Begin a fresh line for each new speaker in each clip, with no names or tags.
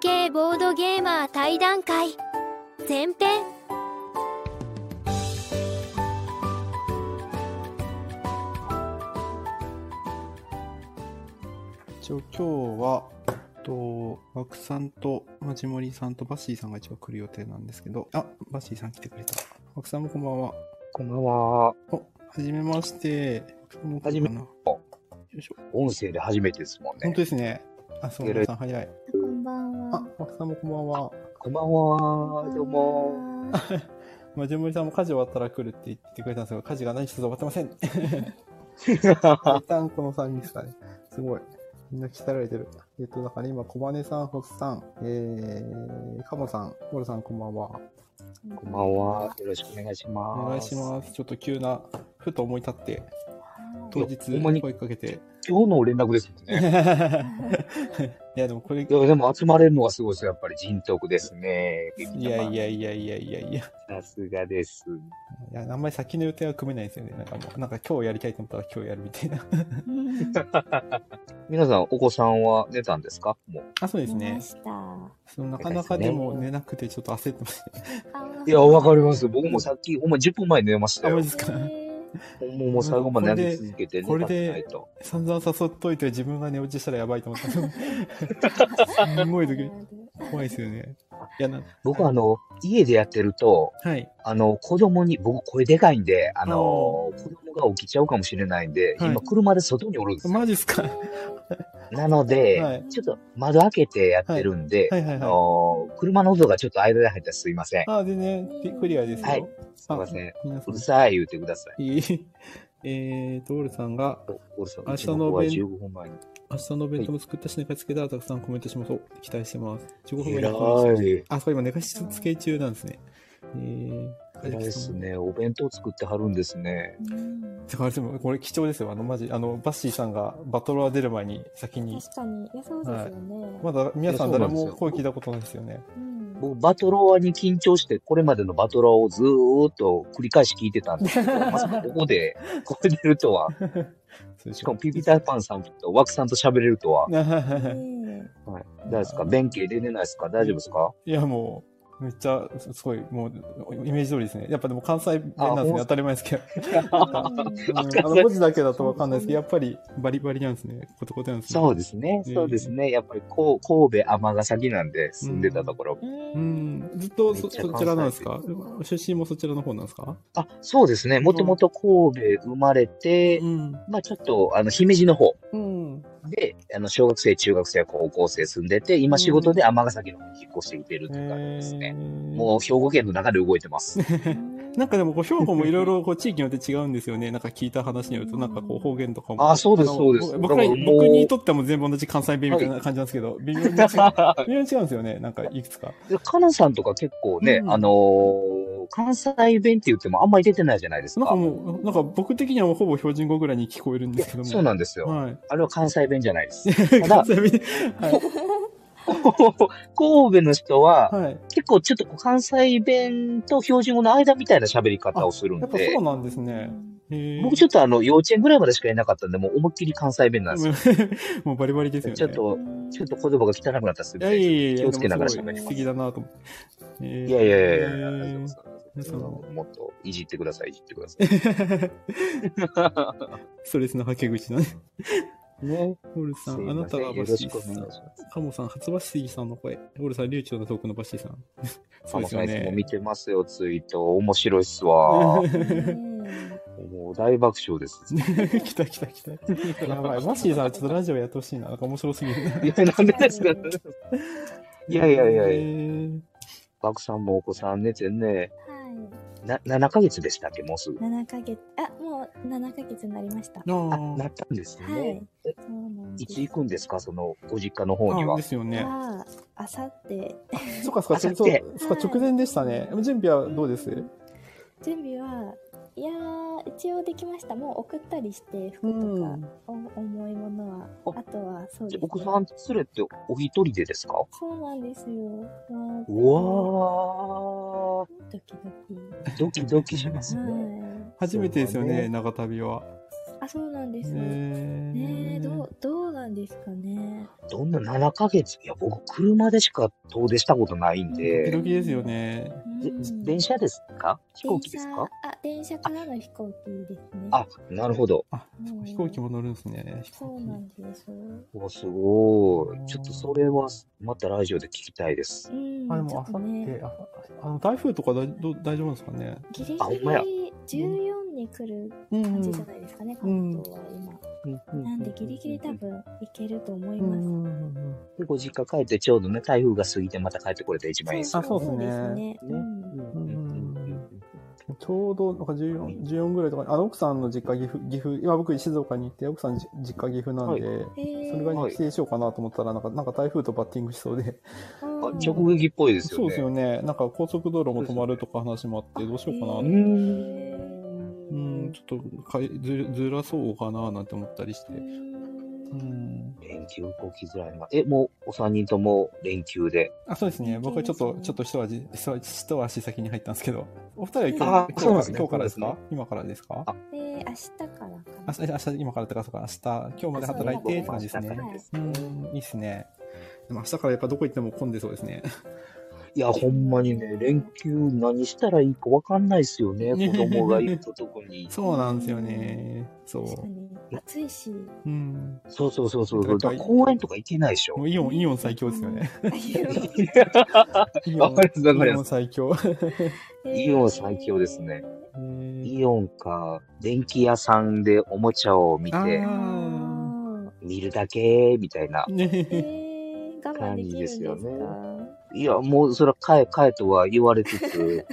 系ボードゲーマー対談会前編
一応今日は、えっと、マクさんと、マジモリさんとバッシーさんが一応来る予定なんですけど、あ、バッシーさん来てくれた。マクさんもこんばんは。
こんばんは。
お、はじめまして。マクさんも来るかなよいしょ。
音声で初めてですもん
本
ね
当。ですね。あ、そう、
よ
マ
ろ
ク
し
さん早い。
こんばん
あ、マクさんもこんばんは。
こんばんは。どう も。
マジモリさんも家事終わったら来るって言ってくれたんですけど、家事が何一つ終わってま せん。一旦この3人ですかね。すごい。みんな鍛えられてる。えっと、だから今、小金さん、ホスさん、えー、カモさん、モロさん、こんばんは。
こんばんは。よろしくお願いします。
お願いします。ちょっと急な、ふと思い立って、当日
ほんまに
声かけて。
す。今日の連絡ですもん
い
ね。
や、でも これ、い
いや、でも集まれるのがすごいですよ。やっぱり人徳ですね。
やいや
や。
いやいやいや いや。
さすがです。
いや、あんまり先の予定は組めないですよね。なんかもう、なんか今日やりたいと思ったら今日やるみたい な。
皆さん、お子さんは寝たんですかも
あ、そうです
見
ね
ま。した
そのなかなかでも寝なくてちょっと焦ってました。
う。 いや、わかります。僕もさっき、ほんま10分前に寝ました
あ、マ
よ
ジ。ですか。
もうもう最後まで寝続けて寝
これ
たく
で
ないと。
散々誘っといて自分が寝落ちしたらやばいと思った。すごい時怖いですよね。いやな、
僕、あの、家でやってると、
はい。
あの、子供に、僕声でかいんで、あの、
お
子供が起きちゃうかもしれないんで、
はい
今車で外におるんですよ。
マジっすか。
なので、
はい
ちょっと窓開けてやってるんで、
はいはい
あ
は
の、車の音がちょっと間で入ったらすいません
い。。あ、全然クリアですよ。
はいすいません。
あ。皆さ
うんるさい言うてください。
いいえー、トールさんが、
おおるさん
明
う
日
ち
の
の子は
弁
15分前に。
明日のお弁当も作ったし、寝かしつけだ、たくさんコメントします。お期待してます。15分前にコメントし
偉い。
あ、そう、今、寝かしつけ中なんですね。えー、
偉いです
ん。
ね。お弁当作ってはるんですね。
てか、あれでも、これ貴重ですよ。あの、マジ、あの、バッシーさんがバトルは出る前に、先に。
確かにいやそうですよね
まだ、皆さん
いやそう
誰
なんですよ
も声聞いたことないですよね。
うん
僕、バトロワに緊張して、これまでのバトロワをずーっと繰り返し聞いてたんですけど、まさかここで、ここで出るとは。
そうで
し
し
か
ょ
も、ピピタパンさんとワクさんと喋れるとは。
ね
はい。大丈夫ですか弁慶出てないですか大丈夫ですか
いや、もう、めっちゃ、すすごい、もう、イメージ通りですね。やっぱでも関西弁なん
あ
ですね。
ほん
当たり前ですけど。
え
うんあの、文字だけだとわかんないですけど、やっぱり、バリバリなんですね。コテコテなんですね。
そうですね。
うん
そうですね。やっぱりこう神戸尼崎なんで住んでたところ。
うん
うん、ずっと
め
そ
っちゃ
そちらなんですか出身もそちらの方なんですか
あ、そうですね。もともと神戸生まれて、
ん。
まあちょっと、あの、姫路の方
うん。
で、あの、小学生、中学生、高校生住んでて、今仕事で尼崎の方に引っ越してきてるっていう感じですね。
も
もう兵庫県の中で動いてます。
う。なんかでもこう、兵庫もいろいろこう、地域によって違うんですよね。なんか聞いた話によると、なんかこう、方言とかも。
あそうです
の
そうです
僕僕ら
だからもう
僕にとっても全部同じ関西弁みたいな感じなんですけど、微妙に違う。微妙に違うんですよね。なんか、いくつか。
でかなさんとか結構ね、
うん
あのー関西弁って言ってもあんまり出てないじゃないです
なんか
か。
もう、なんか僕的にはもうほぼ標準語ぐらいに聞こえるんですけども。
そうなんですよ。
はい。
あれは関西弁じゃないです。た
関、
だ
西弁。はい
神戸の人は、
はい。
結構ちょっとこう関西弁と標準語の間みたいな喋り方をする
や
ん
っぱそ
で
う、なんですね。へー
僕ちょっとあの、幼稚園ぐらいまでしかいなかったんで、もう思いっきり関西弁なんですよ。
もうバリバリですよね。
ちょっと、ちょっと言葉が汚くなったらす
いやいや
み
いや、
気をつけながら喋りま
で
す
もすごい素敵だなと思って。えー
いやいやいやいや
えー
大丈夫です大丈夫ですもっといじってください、いじってくださ
ストレスのはけ口だね。
い。ね、
オル
す
さ
い
ん、あな
ま
た
せん。
が
よ
バ
ろ
シ
しくお
ーさ
願
ん。
いします。
カモさん、初バシーさんの声。オルさん、流暢なトークのバシーさん。そう
浜
です
さ
よ
んいつ
ね
も見。てますよ、ツイート。面白いっすわ。もう大爆笑です。
来た来た来た。やばい、バシーさん、ちょっとラジオやってほしいな。なんか面白すぎるな。
いや、なんでですかいやいやいや
え
いや、
ー
バクさんもお子さん寝てね、
はい
な、7ヶ月でしたっけ、もうすぐ。
7ヶ月あもう7ヶ月になりましたは
あ
あ、
ー
なったんですね。
い
え
そうなん
い
です
つ行くんですか、その、ご実家の方に
あ
は
で。すよね。
はあさって
そっかそっか、そ
あ
う
さて
そっか、直前でしたね。準備はどうです
準備はいやー一応できましたもう送ったりして服とか、
うん
お重いものは
あ
あとはそうで
じ
す、ね
ゃあお、子さん連れてお一人でですかう
そうなんですよわ
わー、
ードキドキ
ドキドキしますね。
は
初めてですよ
そうだ
ね、
ね
長旅は。
あ、そうなんですね。
え
ねえ、どう、どうなんですかね。
どんな7ヶ月いや、僕、車でしか遠出したことないん
ドキ
で、
ドキですよね。
うん
で電車ですか飛行機です
電
か
車あ、電車からの飛行機ですね。
あ、なるほど。
あ、そ
うん
う飛行機も乗るんですね。飛
そ
行
う
機
なんです。
おすごい。ちょっとそれは、またラジオで聞きたいです。
うん、
あ、で
ちょっ
も
と
あさって、
ね、
ああの台風とかだどう大丈夫なんですかね。
ギリ
あほんまや
ギリ14に来る
うん
感じじゃないですかね、関東は今。なんでギリギリ多分行けると思います。
で、ご実家帰ってちょうどね、台風が過ぎてまた帰ってこれて一番いいです
あそうですね
そうね
ね
うん
うんうんちょうどなんか 14, 14ぐらいとかに、あの奥さんの実家岐阜、岐阜、今僕静岡に行って、奥さんじ実家岐阜なんで、
へー
それが帰省しようかなと思ったら、なんか、なんか台風とバッティングしそうで、
うん
あ直撃っぽいです
そう
よ
ですよ
ね。
ね、なんか高速道路も止まるとか話もあって、どうしようかな、
あ
う
そ
うん
ん、
う
ちょっとかいずずらそうかななんて思ったりして
う。ん
うん、
連休動きづらいな。え、もうお三人とも連休で。
あそうですね、僕はちょっ
そう
と、
ですね
ちょっと一味、一足一足先に入ったんですけど、お二人は
あ
今日、
そう
今
で
日
す
か
ね
ら今日からです
そう
か今
で
からですか
あ
で、明日から
明
か
日、明日、今からってか、そうか、明日、今日まで働いてって感じですね。
ね
うん、いいっすね。でも明日からやっぱどこ行っても混んでそうです ね。
いや、ほんまにね、連休何したらいいかわかんないですよね。
ね
子供がいると 特に。
そうなんですよね。そ
な。確か
う。
に。暑いし。
うん。
そうそうそうそうそう。
だか
だからら公園とか行けないでし
も
ょ。
うイオン、イオン最強ですよね。イオ
わ
ン
かります、わかり
イオ
ま
ン
す。
最強。
イオン最強ですね。
うん
イオンか、電気屋さんでおもちゃを見
あ
て、
ー
あ
見るだけ、みたいな。
ー。
ね
えー、我慢できるんですか
感じですよいや、もうそれは帰、帰とは言われつつ、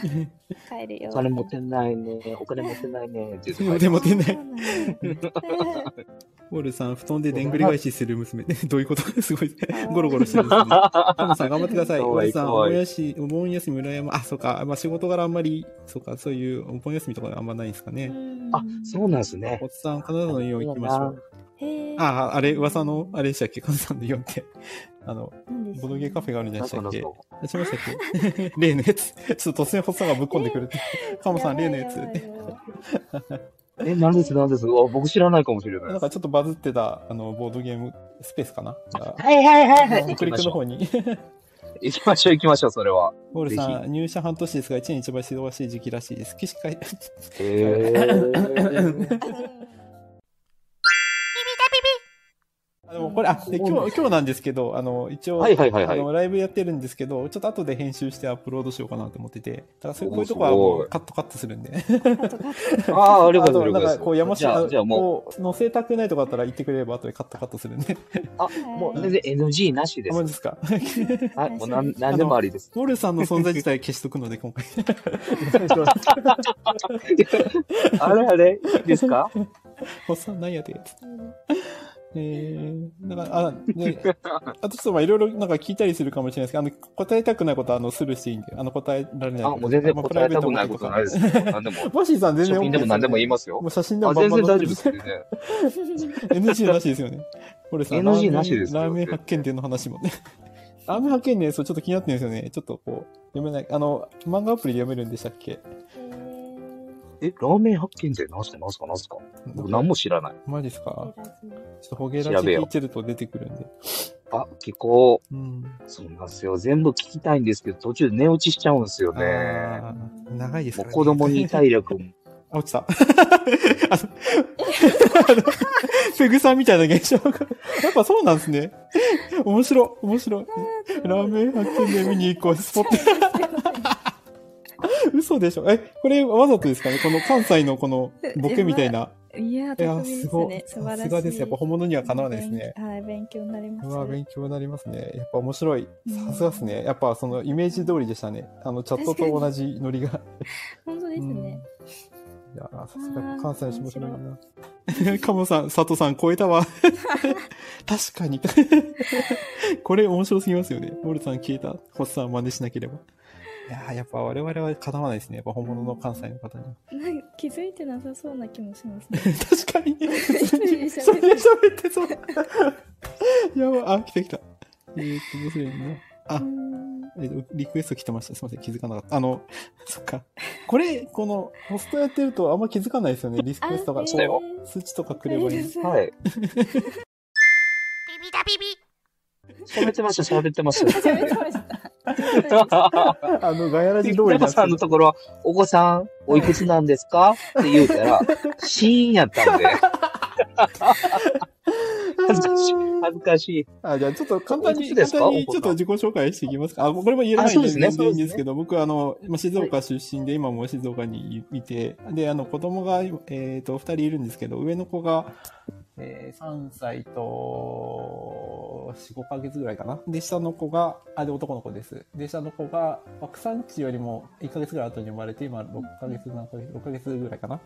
帰るよ。
お金持ってないね、お金持ってないね、って言
お
う
金
と
持ってない
そうなんだ
ウォルさん、布団ででんぐり返しする娘。 どういうことすごい。ゴロゴロしてる娘。
か
トムさん、頑張ってください。
か
ウォ
わい
ル
い
さん、
か
お
わい
盆
い
休み、お盆休み、村山。あ、そうか。まあ、仕事柄あんまり、そうか、そういうお盆休みとかあんまないんですか
う
ね。
ん
あ、 そうなんですね
お。っさん、金沢のイオン行きましょう。
へー
ああ、あれ、噂の、あれでしたっけカズさんの読んで。あの、
なんですね
ボドゲカフェがあるんじゃ
な
なんい
すか
でした
な
っ
んす
け
か
出しましたっけ 例のやつ。ちょっと突然ホッサンがぶっ込んでくるって。カモさん、例のやつ。
やばいやばいやばい
え、なんですなんですうわ、僕知らないかもしれない
な
で
ん
す。
かちょっとバズってた、あの、ボードゲームスペースかなが
はいはいはいはい。行
北
きま
陸
し
の
ょ
方
う。
に。
行きましょう、行きましょう、それは。
ウォルさん、入社半年ですが、一年一番忙しい時期らしいです。起死回、
へ ー。
あでもこれ、あ、で今日、今日なんですけど、あの、一応、
はいはいはいは
あ
い。
のライブやってるんですけど、ちょっと後で編集してアップロードしようかなと思ってて、だからそういうこういうとこは
おーすごい
もうカットカットするんで。
あとカッ
ああ、了
あ
解です、
と
了
なん
解で
か
す。
こう山
じゃ
下
あ、じゃあも
こう載せたくないとかあったら言ってくれれば後でカットカットするんで。
う、
ト
もう 全然 NG なしで
あ、
す
マ。ジですか。
はい、もうなんなんでもありです。
ウォルさんの存在自体消しとくので今回。
あれあれいいですか
おっさんなんやで。
うん
えー、なんか、あ、ね、あとちょっとまあいろいろなんか聞いたりするかもしれないですけど、あの、答えたくないことはあの、スルーしていいんで、あの、答えられないこと。
あ、もう全然
まあ
答えたくないことないで。
プ
すよ。何でも
ライベート。もしーさん全然
食
OK
品でも何でも言い
す
ます
よね。
よ
も。う写真でも
あ、
バン
全
バン
然
載
大
って
丈夫
る
ですよね。
NG なしですよね。これさ、
NG
ラーメン
なしですよ
ラーメン発見店の話もね。ラーメン発見店、そう、ちょっと気になってるんですよね。ちょっとこう、読めない。あの、漫画アプリで読めるんでしたっけ
え、ラーメン発見税なんすかなんすかなんすか僕何も知らない。
マジっす
えー
か
偉そう
ちょっとホゲラチ
調べよう
聞いてると出てくるんで。
あ、結構、
うん。
そうなんですよ。全部聞きたいんですけど、途中で寝落ちしちゃうんですよね。
あー長いです
も
から
う
ね
子供に体力も。
あ、落ちた。あのあの ペグさんみたいな現象が。やっぱそうなんですね。面白い、面白い。ラーメン発見で見に行こう、スポット。 嘘でしょえ、これわざとですかねこの関西のこのボケみたいな。
いやー、
いや、
匠ですす
ご
ね
い。。
素晴ら
さ
しい。
すがです。やっぱ本物にはかなわないですね。
勉はい、勉強になります。
うわ、勉強になりますね。やっぱ面白い
うん。
さすがですね。やっぱそのイメージ通りでしたね。あの、チャットと同じノリが。
本当ですね。
うんいやーさすがやっぱ関西の人面白いな。カモさん、佐藤さん超え たわ。確かに。 これ面白すぎますよね。モルさん消えた。ホッさん真似しなければ。いやーやっぱ我々はかなわないですね。やっぱ本物の関西の方に。
なんか気づいてなさそうな気もしますね。
確かに。それ
一人で喋って
で喋ってそう。やばい、あ、来た来た。えーっと、どうすればいいのあ
うーん
えっとリクエスト来てました。すみません、気づかなかった。あの、 そっか。これ、この、ホストやってるとあんま気づかないですよね、リクエストが。
あ
こ
そうだよ
う数値とか来ればいい。
そう
はい。
ビビだビビ
喋ってました、喋ってました。
喋ってました。
あの、ガヤラジ
で、
通り
パパさんのところ、お子さん、おいくつなんですかって言うたら、シーンやったんで。恥ずかしい。 恥ずかしい。
あ、じゃあちょっと簡単
おいく
に、
つです
簡
か
単にちょっと自己紹介していきますか。あ、これも言えないん
あそうで
です
ね
全然いいんですけど、僕、あの、まあ静岡出身で、今も静岡にいて、で、あの、子供が、えっ、と、二人いるんですけど、上の子が、えー、3歳と、4、5ヶ月ぐらいかな。で、下の子が、あ、で、男の子です。で、下の子が、爆産地よりも1ヶ月ぐらい後に生まれて、今、6ヶ月、何ヶ月、6ヶ月ぐらいかな。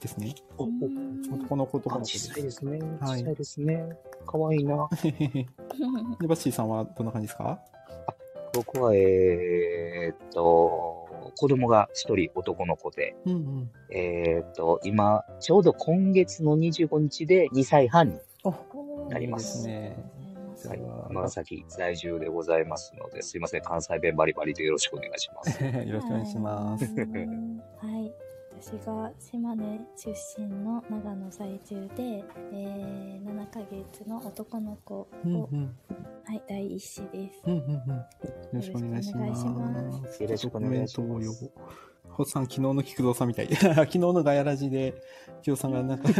ですね。男の子と男
あ
の子で
小
す
さい。ですね。
は
小
い
さいですね。可愛いな。
で、バッシーさんはどんな感じですか
僕は、えーっと、子供が一人男の子で、
うんうん。
えーっと、今、ちょうど今月の25日で2歳半になります
いいですね。
はい
は、
尼崎在住でございますので、すいません、関西弁バリバリでよろしくお願いします。
よろしくお願いします。
はい。私が島根出身の長野在住で、えー、7ヶ月の男の子を、
うんうん
はい、第一子です。
うんうんうんよろしくお願いしま
よろしくお願いします
コメントを呼ぼうホッさん、昨日の菊蔵さんみたい。 昨日のガヤラジで、菊蔵さんがなんか、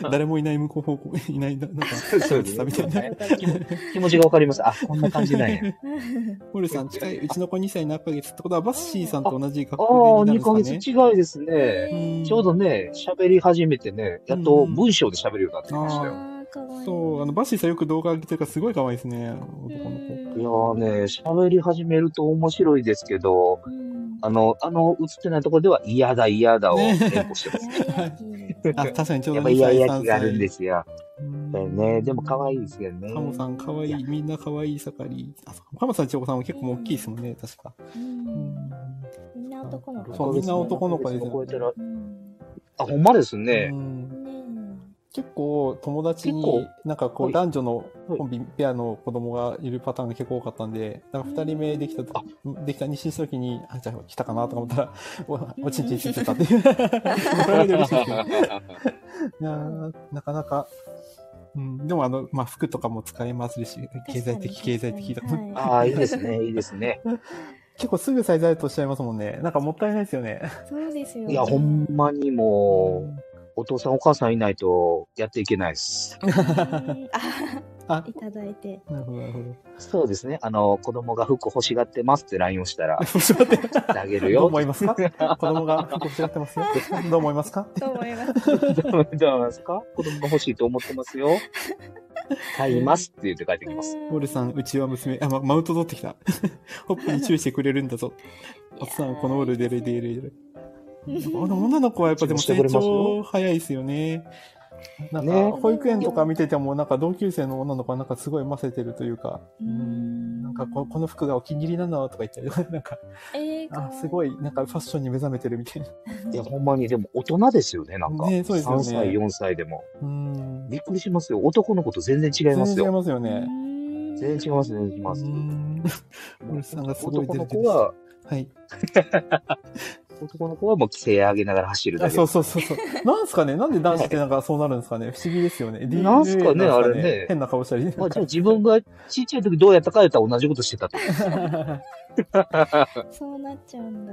誰もいない向こう方向、いないな、なんか、
そう
ですね
気持気持ちがわかります。あ、こんな感じなんや。
モルさん近い、うちの子2歳7ヶ月ってことは、バッシーさんと同じ学
ああ、
校で
2
にな
ヶ
るん
月
です
違いですね。
えー
ん
ちょうどね、喋り始めてね、やっと文章で喋るようになってきましたよ。
あー、かわ
か
い
ね。
い。
そう、あの、バッシーさんよく動画上げてるから、すごい可愛いですね、男
う
の子。
ん
いやーね、喋り始めると面白いですけど、
うん。
あの、あの、映ってないところでは嫌だ嫌だを
ね
連呼してます。
イヤイヤ期
あ、確かにちょう
や
ど
っぱ
2
嫌
歳、
々
3
気があるんで
歳。
すよ。だよね、でも可愛いですよね。
カモさん可愛
いや
い、みんな可愛い盛り。あ、そうカモさん、チョコさんは結構大きいですもんね、確か。
うんみんな男の子。
そうみんな男の子ですよ
超えてる
うん。
あ、ほんまです
う
ね。
ん
ね
結構友達
結
に
構
なんかこ
は
う
い
男女のコンビ、ペアの子供がいるパターンが結構多かったんで、なんか2人目できたと、できた妊娠した時に、あ、じゃあ来たかなとか思ったら、お、おちんちんついてたって いう。 これは嬉しいですねいやーなかなか、うん、でもあの、まあ服とかも使えますし、経済的、経済的だ。
はい
ああ、いいですね、いいですね。
結構すぐサイズアウトしちゃいますもんね。なんかもったいないですよね。
えそうですよ。
い や、ほんまにもう、お父さんお母さんいないとやっていけないです。
うんあ
あ、
いただいて。
なるほど、なるほど。
そうですね。あの、子供が服欲しがってますって LINE をしたら、
ちょっと待って。
あげる
どう
よ。
思いますか子供が服を違ってますよ。 どう思いますか
と思います。
どうですか子供が欲しいと思ってますよ。買いますって言って帰ってきます。
ウォルさん、うちは娘、あ、ま、マウント取ってきた。 ホップに注意してくれるんだぞ。おっさん、このウォル出る出る出る。あの女の子はやっぱでも成長早いですよね。なんか、
ね
保育園とか見てても、なんか同級生の女の子はなんかすごいませてるというか、
うん
なんかここの服がお気に入りなのとか言ったり とか、なんか、
えー、かわ
あ、すごい、なんかファッションに目覚めてるみたいな。
いや、ほんまにでも大人ですよね、なんか。
ねそうですよね
3歳、4歳でも。
うん。
びっくりしますよ。男の子と全然違い
全
ます
然違い
よ。
ますよね。
うん
全然違います、全然違います
う。ん。ウォルさんがすごい
男
出
の
る出
子
る。
は、
はい。
男の子はもう規制上げながら走るだ
あ
け。
そうそうそう そう。なんすかねなんで男子ってなんかそうなるんですかね不思議ですよね。DNA
なんすかね
なん
あれね
変な顔したり。
まあ、じゃあ自分がちっちゃい時どうやったかやったら同じことして たと。
そうなっちゃうんだ。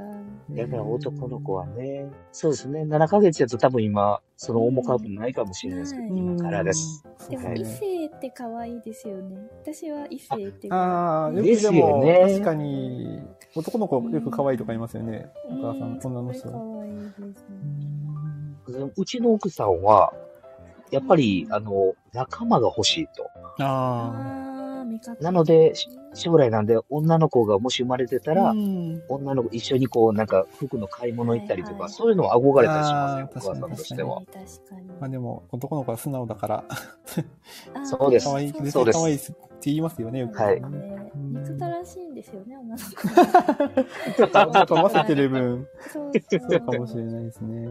やっぱり男の子はね、そうですね、7ヶ月やと多分今、その面影もないかもしれないですけど、
うん
今からです。。
そう
で
です
も
ね
異性って可愛いですよね。私は異性っていう。
ああ、よく
です
で
よ
も、
ね
確かに、男の子よく可愛いとか言いますよね。お母さん、女の人
す。ごい可愛いですね。
うちの奥さんは、やっぱり、あの、仲間が欲しいと。
あ
ああ、味方。
なので、し将来なんで、女の子がもし生まれてたら、
うん
女の子一緒にこう、なんか服の買い物行ったり
は
と
いは
か、
い
そういうのは憧れたりしま
あ
すよ、お
ー
母さんとしては。
確かに。
まあでも、男の子は素直だから、
あー
そうです
可愛い、
そう
絶
そう
対
です
可愛いですって言いますよね。よく
はい
そうですね
うん
憎たらしいんですよね、女の子。
なんか混ぜてる分、
そう
そうかもしれないですね。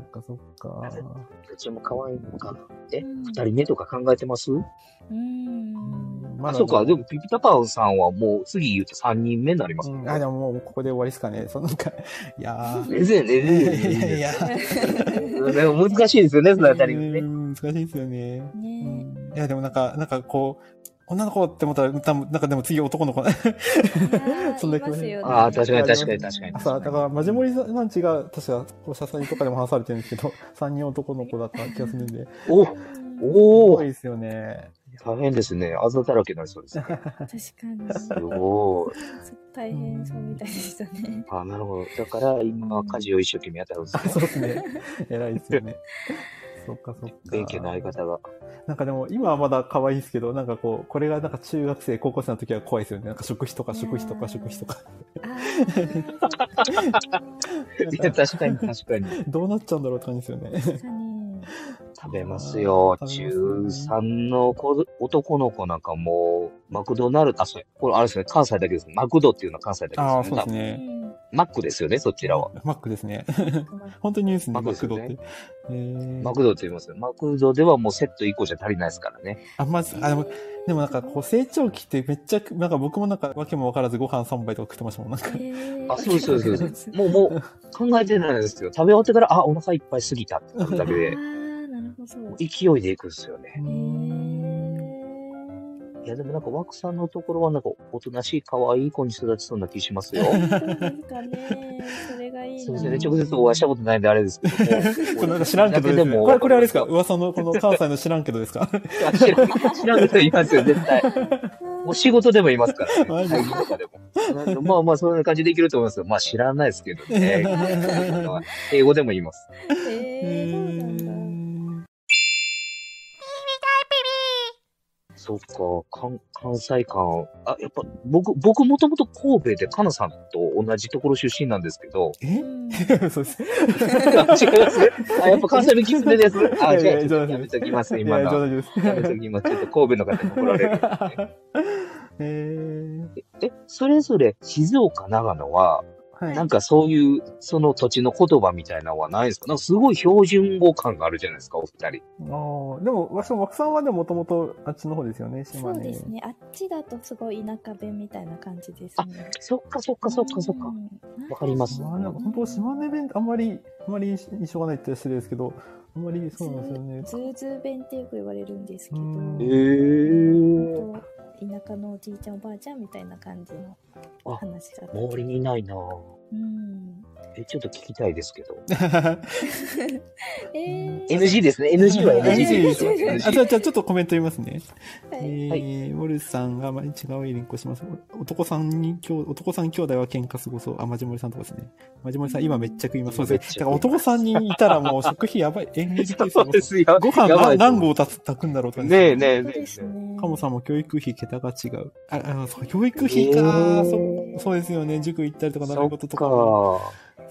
そっかそっか。
どっちも可愛いのかな。え
うん
二人目とか考えてます
うーん。
ま
あ、
だ
そうか。でも、ピピタパンさんはもう次言うと3人目になります
う
もん
ん、
ね。
あ、でももうここで終わりですかね。そのなんか、いや
全然、全
ー。いや
然、
いやい や。
全 然。でも難しいですよね、そのあたりが
う
ね。
ん難しいですよね。う
ね
んいや、でもなんか、なんかこう、女の子って思ったら、多分なんかでも次男 の子。
え。いやー
そんな気
いま
持ち
すよね。
ああ、確かに確かに確かに。
あそうだから、マジモリさんちが、確か、お写真とかでも話されてるんですけど、3人 男の子だった気がするんで、
お
うん
す
お
ごい
ー
ですよね。
大変ですね。あざだらけになりそうですね。
確かに。
すごい。
大変そうみたいでしたね。
あなるほど。だから、今は家事を一生懸命やってはるんです
あ
ね。
そうです ね。偉いですよね。そっかそっか。
勉強の相方が。
なんかでも、今はまだ可愛いですけど、なんかこう、これがなんか中学生、高校生の時は怖いですよね。なんか食費とか食費とか食費とか。
ああ、
なん
いや、
か
確かに確かに。
どうなっちゃうんだろうって感じですよね。
確かに。
食べますよ。
食べ
中
ますね
3の子男の子なんかもう、マクドナルド、あ、そう、これあれですね、関西だけですね。マクドっていうのは関西だけですね。
ああ、そうです
う
ね。
ん。
マックですよね、そちらは。
マックですね。本当にニュースに
マ
マ
ック
ク
ですよ
ドっ
ね
て。えー
マクドって言いますよ。マクドではもうセット1個じゃ足りないですからね。
あんまず、あ、でも、でもなんか、こう、成長期ってめっちゃ、なんか僕もなんか、わけもわからずご飯3杯とか食ってましたもん。なんか、
えー
あ、そうです、そうです、そうです。もう、もう、考えてないですよ。食べ終わってから、あ、お腹いっぱい過ぎたっていうだけ
あ
で、
あ、なるほど。
勢いでいくんですよね。
う
え
ん
ー
いや、でもなんか、枠さんのところは、なんか、おとなしい、可愛い子に育ちそうな気 しますよ。
そうですかね。それがいいな。
そうですね。直接お会いしたことないんで、あれですけど
。
も
これなんか知らんけどですね。これ、これあれ ですか噂のこの関西の知らんけどですか
あ知らん 知らんこと言いますよ、絶対。お仕事でも言いますから、ね。
マジ
会議とかでもなんでまあまあ、そんな感じでいけると思いますよ。まあ、知らないですけど ね。英語でも言います。
えー、そうなんだ。
そっか、関関西感。あ、やっぱ、僕、僕もともと神戸で、かなさんと同じところ出身なんですけ ど。
え
うん
そうです。
あ違いますあ、やっぱ関西のキツネです。あ、
いやいや
違う、ちょっとやめときます、
い
今
や、
の。
冗談です。
やめときます。ちょっと神戸の方に怒られるんで。
えー、
え、それぞれ静岡、長野は、
はい
なんかそういう、その土地の言葉みたいなのはないんですかなんかすごい標準語感があるじゃないですか、お二人。
あーでも、私も枠さんはでもともとあっちの方ですよね、
そ
島
う
根。
ですね。あっちだとすごい田舎弁みたいな感じですね。
そっかそっかそっかそっか。
うん
わかります
まあ、なんか本当、島根弁ってあんまり、あんまり印象がないって失礼ですけど、あんまりそうなんですよね。
ズーズー弁ってよく言われるんですけど、
うん
え
え
ー。
本当田舎のおじいちゃんおばあちゃんみたいな感じの
あ
話だった。
周りにいないなぁ
うん。
え、ちょっと聞きたいですけ ど。
えー、
NG ですね。NG は NG で
NG
いいで
あ、
す
じ
よ。
ゃあ、じゃあちょっとコメント言いますね。
は
え
い
ー、ウォルさんが、まあ、違う連呼します。男さんに、兄男さん兄弟は喧嘩すごそう。あ、マジモリさんとかですね。マジモリさん、今めっちゃ食います。そうですね。だから男さんにいたらもう食費やばい。演劇です
そ
よ
うですよ。
ご飯
やば
ない
です
何合炊く炊くんだろうとか
ねえねえ
そう
ね
ですね。
カモさんも教育費桁が違う。あ、あそう教育費
え
か、
ー
そ。そうですよね。塾行ったりと
え。
か習
そ
い事
っ
と
か
か。。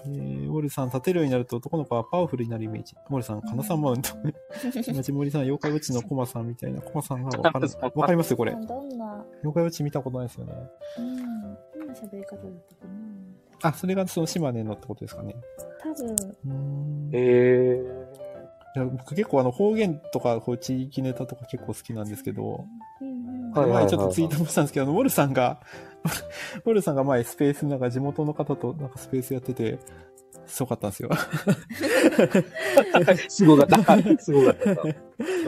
えー、ウォルさん、立てるようになると男の子はパワフルになるイメージ。ウォルさん、カナさんマウント。 マジモリさん、妖怪ウォッチのコマさんみたいな。コマさんがわか る。わかりますよ、これ。
どんな、
妖怪ウォッチ見たことないですよね。
うん、どんな喋り方だったかな。
あ、それがその島根のってことですかね。
多分、
うーん。い
え
や僕結構あの方言とか、こう地域ネタとか結構好きなんですけど、
うんうん、
はいはいはいはい
前ちょっとツイートもしたんですけど、あのウォルさんが、 ウォルさんが前スペース、なんか地元の方となんかスペースやってて、すごかったんですよ。
ー。すごかった。すごかった。表現がす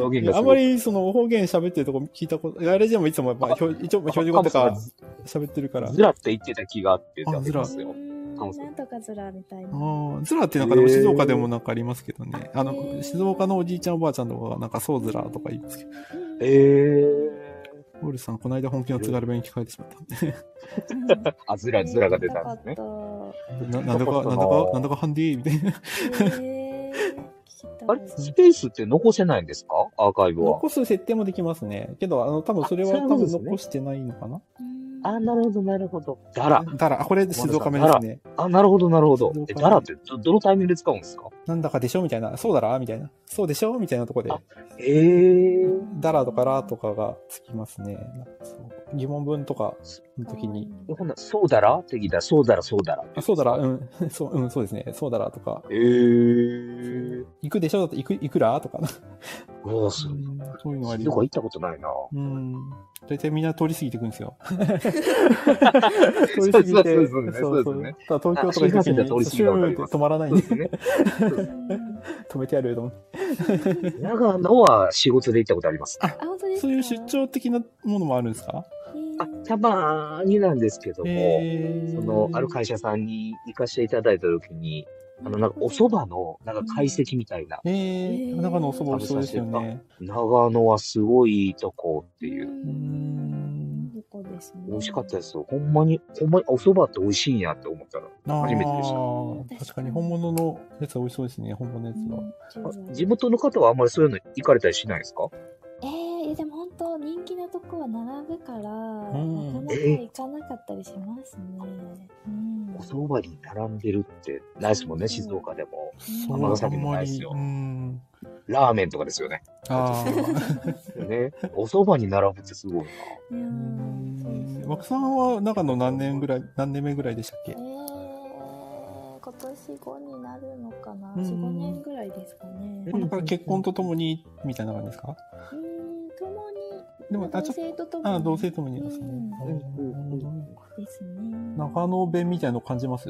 ごい。
あんまりその方言喋ってるとこ聞いたこと、あれでもいつもやっぱ
あ
標一応標準語と
カ
か
モさ
喋ってるから。
ずらって言ってた気があって、
あずら
ますよ。カモさん
なんとかずらみたい
あ
な。
ーズラってなんかでも
へー
静岡でもなんかありますけどね。あ
へ
の、
ー
静岡のおじいちゃんおばあちゃんとかがなんかそうズラとか言うんですけど。
うん
えー。
ウォルさん、この間本気の津軽弁に聞かれてしまった。
あ、ずらずらが出たんですね。
ななんだか、なんだか、なんだかハンディみたいな。
えー、聞きた
あ
い
れ、スペースって残せないんですかアーカイブは。
残す設定もできますね。けど、あの、多分それは
あそういう
多
こと
分
ですね
残してないのかな
うん
あ、なるほど、なるほど。だら。
だら、あこれ静岡弁ですね。
あ、なるほど、なるほど
静。岡
え、だらってど、どのタイミングで使うんですか
なんだかでしょみたいな。そうだらみたいな。そうでしょみたいなとこで。
ええー。
だらとかラとかがつきますね。そう疑問文とかの時
可愛い
に、
えほんならそうだらって聞いたら、そうだら、そうだら。
あそうだら、うん、 そう、うん、そうですね、そうだらとか、
えー。
行くでしょだって行く、いくらとかな。
うわ、すごい。
そういうのあり
どこ行ったことないな。
うん。大体みんな通り過ぎていくんですよ。
そう
通り
そう
過ぎ
そう
て。
そうそうね。
ただ東京とか行く時
あ新幹線では通り
に、
過ぎ
シ
た
ュ
こと
ー
あり
って
ます
止まらないん
そう
で
で、すね。
うん
止めてやると思って。
長野は仕事で行ったことあります。あ、
あ、本当ですか
そういう出張的なものもあるんですか
えー
たまーになんですけども、
え
その、ある会社さんに行かせていただいた時に、あの、なんかお蕎麦の、なんか解析みたいな、
えー、長野おそば美味しそうですよね。
長野はすごいいいとこっていう。
んどこですね
美味しかったですよ。ほんまに、ほんまにお蕎麦って美味しいんやって思ったら。初めてでした
確かに本物のやつは美味しそうですね、本物のやつは。
うん
あ地元の方はあんまりそういうの行かれたりしないですか
えー、いやでも本当人気なとこは並ぶから、
ん
なかなか行かなかったりしますね。うん
お蕎麦に並んでるって、ないですもんね、静岡でも。
うん
尼崎もないですよ
あんまり
ラーメンとかですよね。
うん。あー
ね。お蕎麦に並ぶってすごいな。
いやー そうそう
枠さんは長野何年ぐらい、何年目ぐらいでしたっ
えー、
け
今年5になるのかな、
うん
4、5年ぐらいですかね。
だから結婚とともに、みたいな感じですか
うん、共に、
でも、あ、
同
ちょっと、
性ととも
あ、
に
同性ともにですね。
ですね。
長野弁みたいの感じます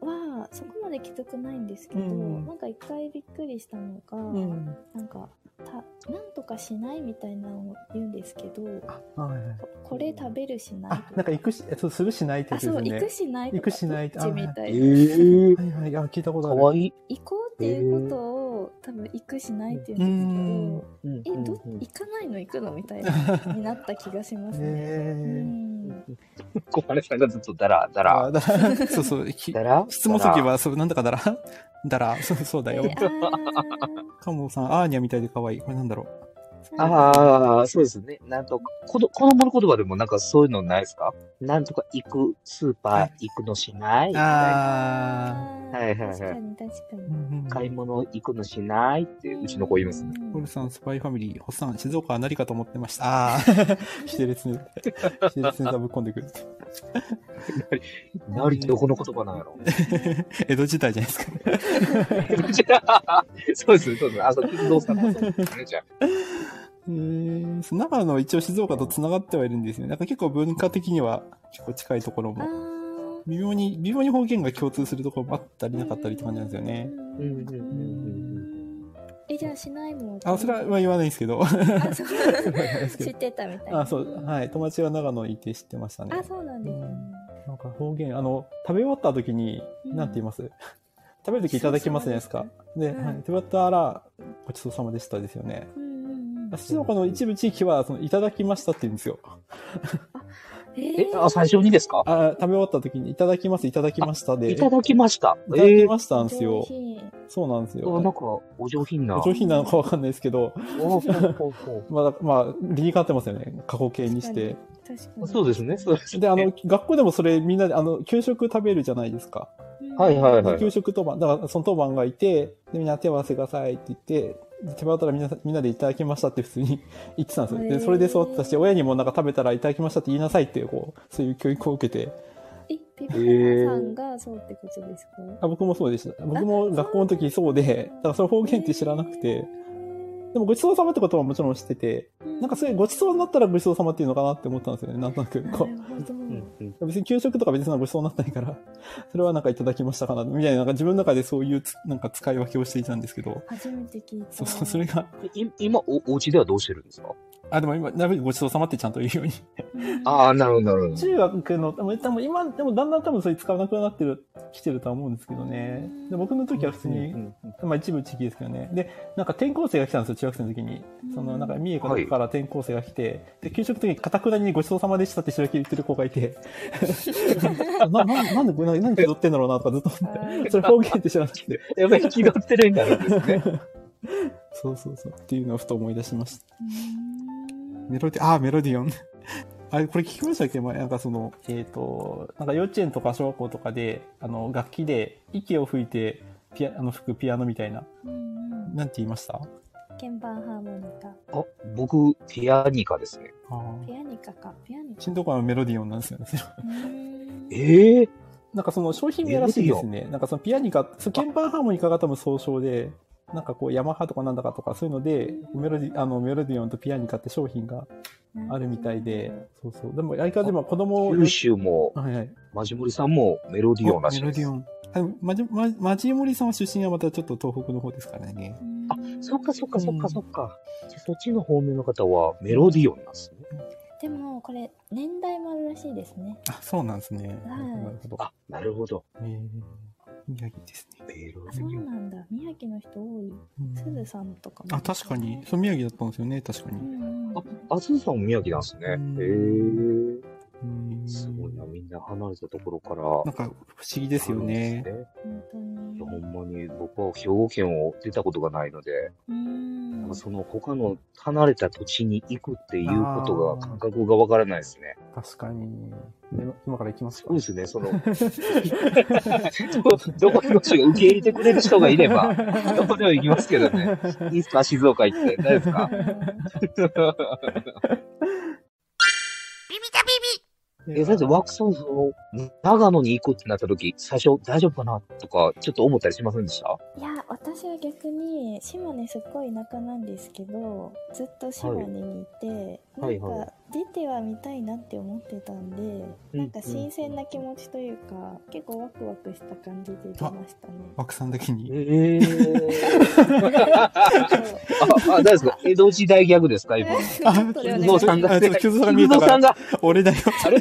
は、そこまできつくないんですけど、
うん
なんか一回びっくりしたのが、
ん。
なんか、た、なんとかしないみたいなのを言うんですけど、
はい。
ここれ食べるしない
あ、なんか行くし、そう、するしないって
あ
やつで
そう、
す
行
よ
く
ね。
しないと
行
か
くしない
どっちみた
え
いな
ー、
はいはい、あ、聞いたこ
か
とある。
わいい。
行こうっていうことを、多分行くしないって言うんです
うん
けど、え、ど、
うんうん
行かないの行くのみたい な、になった気がしますね。う
ねえ。
ん。
小金さんがずっとダラダラ。
あ、だから、そう そう、き
ダラ
質問先。は、そう、なんだかだら、 だら、そう、そうだ
え
よ。
ー
カモさん、アーニャみたいで可愛い。これなんだろう。
あー
ああ、そうですね。なんとか、子ど子供の言葉でもなんかそういうのないですかなんとか行く、スーパー行くのしないみたいな
あ
はいはいは
確
い
かに確か
ー。
に
う。んうん
買い物行くのしないって、うちの子言いますね。
ポルさん、スパイファミリー、ホッサン、静岡は何かと思ってました。あー、 シテレツネ、シテレツネぶっ込んでくる。
なりってどこの言葉なんやろ
江戸時代じゃないですか。
そうですね、そうですね。あ、そう、鉄道さんもそうですね、じゃあ。
えー、そう長野は一応静岡と繋がってはいるんですよね。なんか結構文化的には結構近いところ
あ
も。
ー
微妙に、微妙に方言が共通するところもあったりなかったりって感じなんですよね。。
う
うんうんうん
んえ、じゃあしないもん。
あ、それはまあ言わないんですけど。
あ そう
ですけ
知
ど
ってたみたいな。
あ、そう、はい。友達が長野にいて知ってましたね。
あ、そうなんですね。
なんか方言、あの、食べ終わった時に、
うん
なんて言います 食べる時いただきますじゃないですか。で、
うん
はい、食べ終わったら、ごちそうさまでしたですよね。
うんうんうん。
静岡の一部地域は、その、いただきましたって言うんですよ。
え
え、
ー
あ、最初にですか
あ、食べ終わった時に、いただきます、いただきましたで、
いただきました。
いただ
え
き
えー、
ましたんです
上
よ。
品
そうなんです
あなん
よ。
か、お上品な。
お上品なのかわかんないですけど、
おーほうほう
まあ、まあ、理にかなってますよね。過去形にして。
確か
ほう
に。
そうですね、そうですね。
で、あの、学校でもそれみんなで、あの、給食食べるじゃないですか。
うん
はいはいは
で
い。
給食当番、だからその当番がいて、でみんな手を合わせてくださいって言って、で手渡ったらみんなみんなでいただきましたって普通に 言ってたんですよ。
へー
で、それで育ってたし、親にもなんか食べたらいただきましたって言いなさいっていう、こう、そういう教育を受けて、
え、ピピピさんがそうってことですか
あ僕もそうでした。僕も学校の時そうで、だからその方言って知らなくて、、でもごちそうさまってことはもちろん知ってて、なんかそういうごちそうになったらごちそうさまっていうのかなって思ったんですよね、なんとなく。
なるほ
こ
ど。
うんうん
う別に給食とか別にそんなごちそうになってないから、それはなんかいただきましたかな、みたいな、なんか自分の中でそういうつなんか使い分けをしていたんですけど、
初めて聞いた。
そうそう、それが、
い今、おお家ではどうしてるんですか
あ、でも今、なるべくごちそうさまってちゃんと言うよう
う
に。
ん
ああ、なるほど、なるほど。
中学の、でも多分今、でもだんだん多分それ使わなくなってる、来てるとは思うんですけどね。で僕の時は普通に、
うんうん
まあ一部地域ですけどね。で、なんか転校生が来たんですよ、中学生の時に。その、なんか三重かどこかから転校生が来て、で、給食の時に、かたくなにごちそうさまでしたって白木言ってる子がい て、な、な、なんで、これななんで気取ってんだろうなとか ずっと思って。それ方言って知らなくて。
やっぱり気取ってるんだろうですね。
そうそうそう。っていうのをふと思い出しました。
うん
メロディ、ああ、メロディオン。 あれ、これ聞きましたっけ前、なんかその、えっ、と、なんか幼稚園とか小学校とかで、あの、楽器で、息を吹いて、ピア、あの、吹くピアノみたいな。
うんうん
なんて言いました
鍵盤ハーモニカ。
あ、僕、ピアニカですね。
あー
ピアニカか。ピアニ
チンドコはメロディオンなんですよね。 それは
うーん
ええ
なんかその商品名らしいですね。なんかそのピアニカ、そう鍵盤ハーモニカが多分総称で、なんかこうヤマハとかなんだかとかそういうので、メロディあのメロディオンとピアニカって商品があるみたいで、そうそう。でも相変わらず今子供を
九州も、
はいはい。
マジモリさんもメロディオンらしい
メロ
で
ディ
す
オ。ン。あのマジマジマジモリさんは出身がまたちょっと東北の方ですからね。
うん
そっかそっかそっかそっか。じゃあそっちの方面の方はメロディオンなんですね。
でもこれ年代もあるらしいですね
あ、そうなんですね。
はい
なるほど。
あ、なるほど。
えー、宮城ですね。
メロ
あ
デ
そう
ィオン。
なんだ宮城の人多い
うん
すずさんとかも
あ、確かに。そう、宮城だったんですよね、確か
う
に。
んうん
あ、あずさんも宮城なんですね。
うん
へ
うん
え。すごいな、みんな離れたところから。
なんか不思議ですよね。
本当
い
に
やほんまに僕は兵庫県を出たことがないので、
うん
なんかその他の離れた土地に行くっていうこと
あー
が感覚がわからないですね。
確かに。で今から行きます
す
か
ごいですね、その、どこの 人が受け入れてくれる人がいれば、 どこでも行きますけどね。いいですか、静岡行って。大丈 夫ですかえ、だってワークソンズを長野に行くってなった時、最初大丈夫かなとか、ちょっと思ったりしませんでした
いや私は逆に島根すっごい田舎なんですけどずっと島根にいて、
はい
なん
はいは
か出てはみたいなって思ってたんで、なんか新鮮な気持ちというか結構ワクワクした感じで出ましたね。
枠さんだけに。
ええ
そう
あ、あ、誰ですか江戸時代ギャグですか今。
ちょっとでお願いしま
菊蔵
す
さんが
あちょっと菊蔵さんが見え
菊
た
蔵
か
さん
ら、
が、
俺だよ。
あれ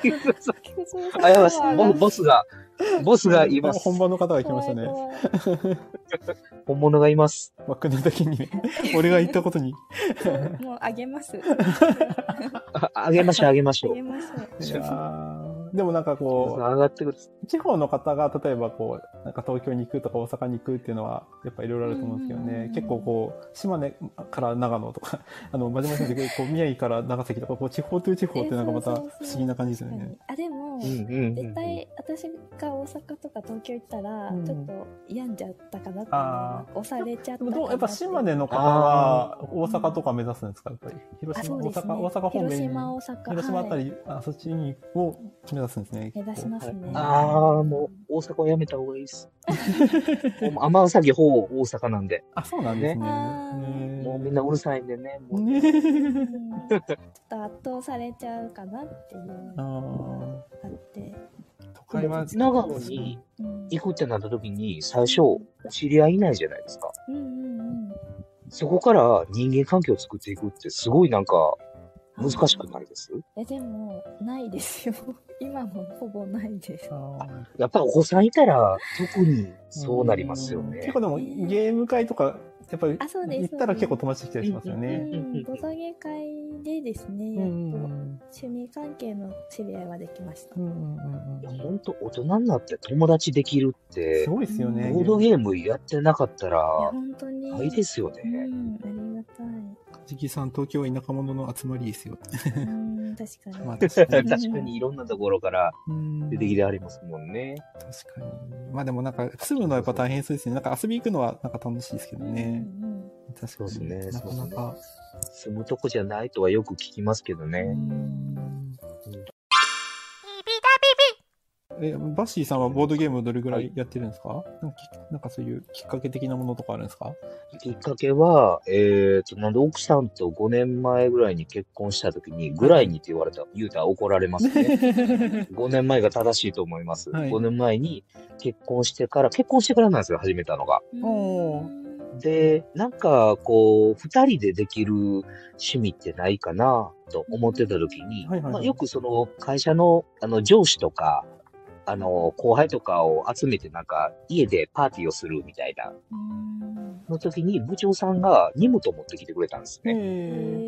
菊蔵さん
菊蔵さん
あ、やばいっす
パワー
ボボスが、ボスがいます。
本場の方が来ましたね。
怖い怖い
本物がいます。
枠のだけ にね。俺が行ったことに。
そうもうあげます。
ああげましょう、あげまし
あ
ょう
げ。ます。
い
い
や
や
ーでもなんか
菊蔵
こ
さん上がってくる。
う、地方の方が例えばこう、なんか東京に行くとか大阪に行くっていうのは、やっぱいろいろあると思うんですけど
うんうんう
ね
ん。
結構こう、島根から長野とか、 あの、真面目先生、こう、宮城から長崎とか、こう、地方という地方ってなんかまた
え
不
そうそう
思
そう
議な感じですよ
確か
ね
に。あでも。
うんうんうん
絶対私が大阪とか東京行ったら
うん
ちょっと病んじゃったかなっていうの
あ
は押されちゃったか
でも
な
どう
て
やっぱ島根の方は大阪とか目指すんですかやっぱり広
あそ
島、
う
大
です
阪
ね
大阪方面
広島大阪
広島あた
はい
り、あそっちにを目指すんですね
目指しますね
ああ、もう、大阪はやめた方がいいです。もう天崎方大阪なんで。
あそうなんですね
あー
ね
もう みんなうるさいんでね。もう
ね
う
え
んちょっ と圧倒されちゃうかなっていうの
あ
があ
ー
って、
都会は
長野に
うん、
行くってなった時に、最初、お知り合いいないじゃないですか。
うんうんうん
そこから人間関係を作っていくって、すごいなんか、難しくないです
えでもないですよ 今もほぼないです
あー
やっぱお子さんいたら、特にそうなりますよ
結
ね。
構でもゲーム会とかやっぱり
あそうです
行ったら結構友達来たりしますよ
う
ね
んボドゲ会でですね
う
やっと
んうん
趣味関係の知り合いはできました、
うんうんうん
いや、ほんと大人になって友達できるって
す、ごいですよね
ボードゲームやってなかったら、
いや本当に
ないですよ
う
ね。
んありがたい
じきさん東京は田舎者の集まりですよ
うん確かに
まあ確か
確
に
かにいろんなところから
うん
出てきてありますもんね。
確かに。まあでもなんか、住むのはやっぱ大変そうですね。なんか遊び行くのはなんか楽しいですけどね。
うん
確か
そう
に。
ですね
なかなか。
住むとこじゃないとはよく聞きますけど
う
ね。
んえ、バッシーさんはボードゲームをどれぐらいやってるんですか、なんかきなんかそういうきっかけ的なものとかあるんですか
きっかけは、えーと、なんで奥さんと5年前ぐらいに結婚した時に、ぐらいにって言われた、言うたら怒られますね。5年前が正しいと思います。
はい
5年前に結婚してから、結婚してからなんですよ、始めたのが。
うん
お
で、なんか、こう、二人でできる趣味ってないかな、と思ってた時に、
はいはいはい
まあ、よくその、会社の、あの、上司とか、あの、後輩とかを集めて、なんか、家でパーティーをするみたいな、
うん
の時に、部長さんが荷物を持ってきてくれたんですね。
え
へ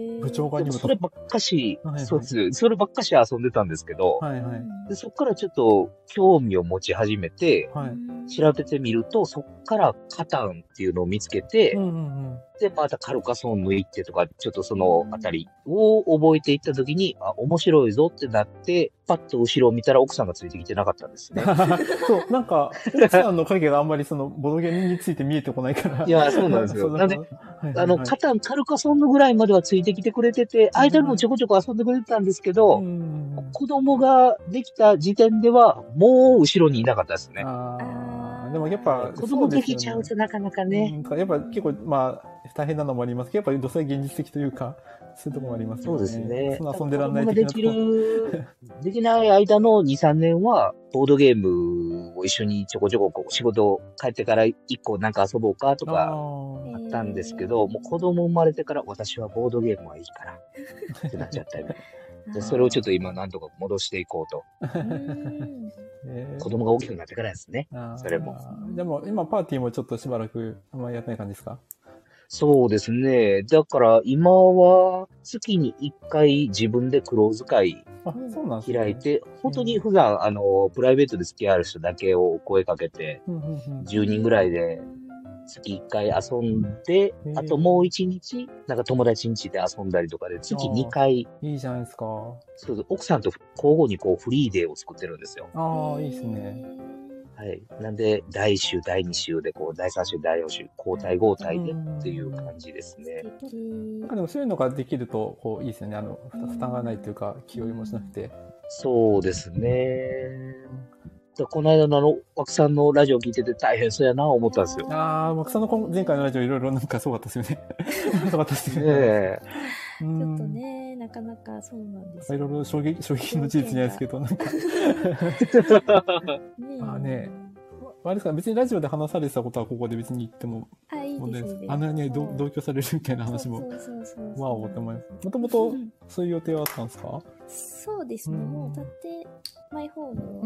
ー
部長が
で
荷
もそ
物
ればっかし、
はいはい
そうです。そればっかし遊んでたんですけど、
はいはい。
でそっからちょっと興味を持ち始めて、
はい。
うん
調べてみると、そっからカタンっていうのを見つけて、
うんうんうん。
で、またカルカソンヌ行ってとか、ちょっとそのあたりを覚えていったときに、あ、面白いぞってなって、パッと後ろを見たら奥さんがついてきてなかったんで すね。
そう、なんか、奥さんの影があんまりその、ボドゲについて見えてこないから。
いやそうなんですよ
そ
なんで
はいはい
あの、
はい
カタン、カルカソンヌぐらいまではついてきてくれてて、間にもちょこちょこ遊んでくれてたんですけど、
うんうんうん
子供ができた時点では、もう後ろにいなかったですね。
あ
あ
あ、
ー
でもやっぱ、
子供できちゃう
そ
となかなか
うですよね。
ね。
なんかやっぱ結構、まあ、大変なのもありますけど、やっぱ、どせ現実的というか、そういうところもありますよね。
そうですね
そんな遊んでらんない
子供が
的
で
なとこ
き
ろ。
る、 できない間の2、3年は、ボードゲームを一緒にちょこちょここう仕事帰ってから1個なんか遊ぼうかと
あー
か
え
あ
ー
ったんですけど、もう子供生まれてから私はボードゲームはいいからってなっちゃったり。でそれをちょっと今なんとか戻していこうと。
うん
えー
子供が大きくなってからですね。
あー
それも
でも、今、パーティーもちょっとしばらく、あんまりやってない感じですか
そうですね。だから今は月に1回自分でクローズ会
あ、そうなんですね
開い、て、本当に普段、あの、プライベートで付き合う人だけを声かけて、
うんうんうん
10人ぐらいで月1回遊んで
う、ん
あともう1日、なんか友達ん家で遊んだりとかで、月2回、
いいじゃないですか。
そうそう奥さんと交互にこうフリーデーを作ってるんですよ。
ああ、いいですね。。
はい。なんで、第1週、第2週で、こう、第3週、第4週、交代交代でっていう感じですね。
素敵
なんかでもそういうのができると、こう、いいですよね。あの、ふた負担がないというか、気負いもしなくて。
そうですね。だこの間のあの、枠さんのラジオ聞いてて大変そうやな、思ったん ですよ。ね
ああ、僕その今前回のラジオいろいろなんかすごかったですよ ね。すごかったですよね。
え。
ち
ちょっと。ね、なかなかそうなんです
いろいろ衝撃、衝撃の事実じゃないですけど、なんか、
ね
まあねあれですか、別にラジオで話されてたことはここで別に言っても
あ、いい
問
で
題
すいい
です。
です
あんなに
そ
同
う
同居されるみたいな話も、
そうそうそうそう
まあ思ってもらいます。もともと
うん
そういう予定はあったんですか
そうですね、
うん
もう立ってマイホームを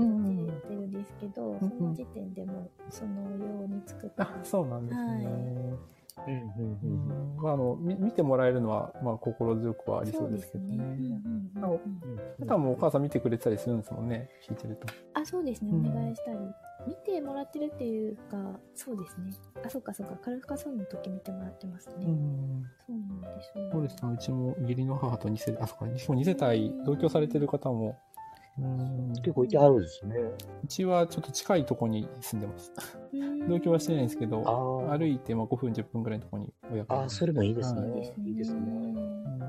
立ててるんですけど、
ん
その時点でもうそのように作った、
あ、そうなんですね。
はい
うんまあ、あのみ見てもらえるのは、まあ、心強くはありそうですけど
そうですねうん
ね。
うんうんうん
あとはもうお母さん見てくれてたりするんですもんね、聞いてると。
あそうですね
う
お
ん
願いしたり、見てもらってるっていうかそうですねあそうかそうかカルフカソンの時見てもらってますね、
うん
そうなんですよ
そうですね、うちも義理の母と2世あ、そうか、そう2世帯、同居されてる方も、うん、
結構いてあるんですね。
うちはちょっと近いとこに住んでます。
うん
同居はしてないんですけ
あ
ど、
ー
歩いてまあ5分、10分ぐらいのとこに親がい
あ
る
ー、それもいいですね
いいです。ね
いいですね。
うん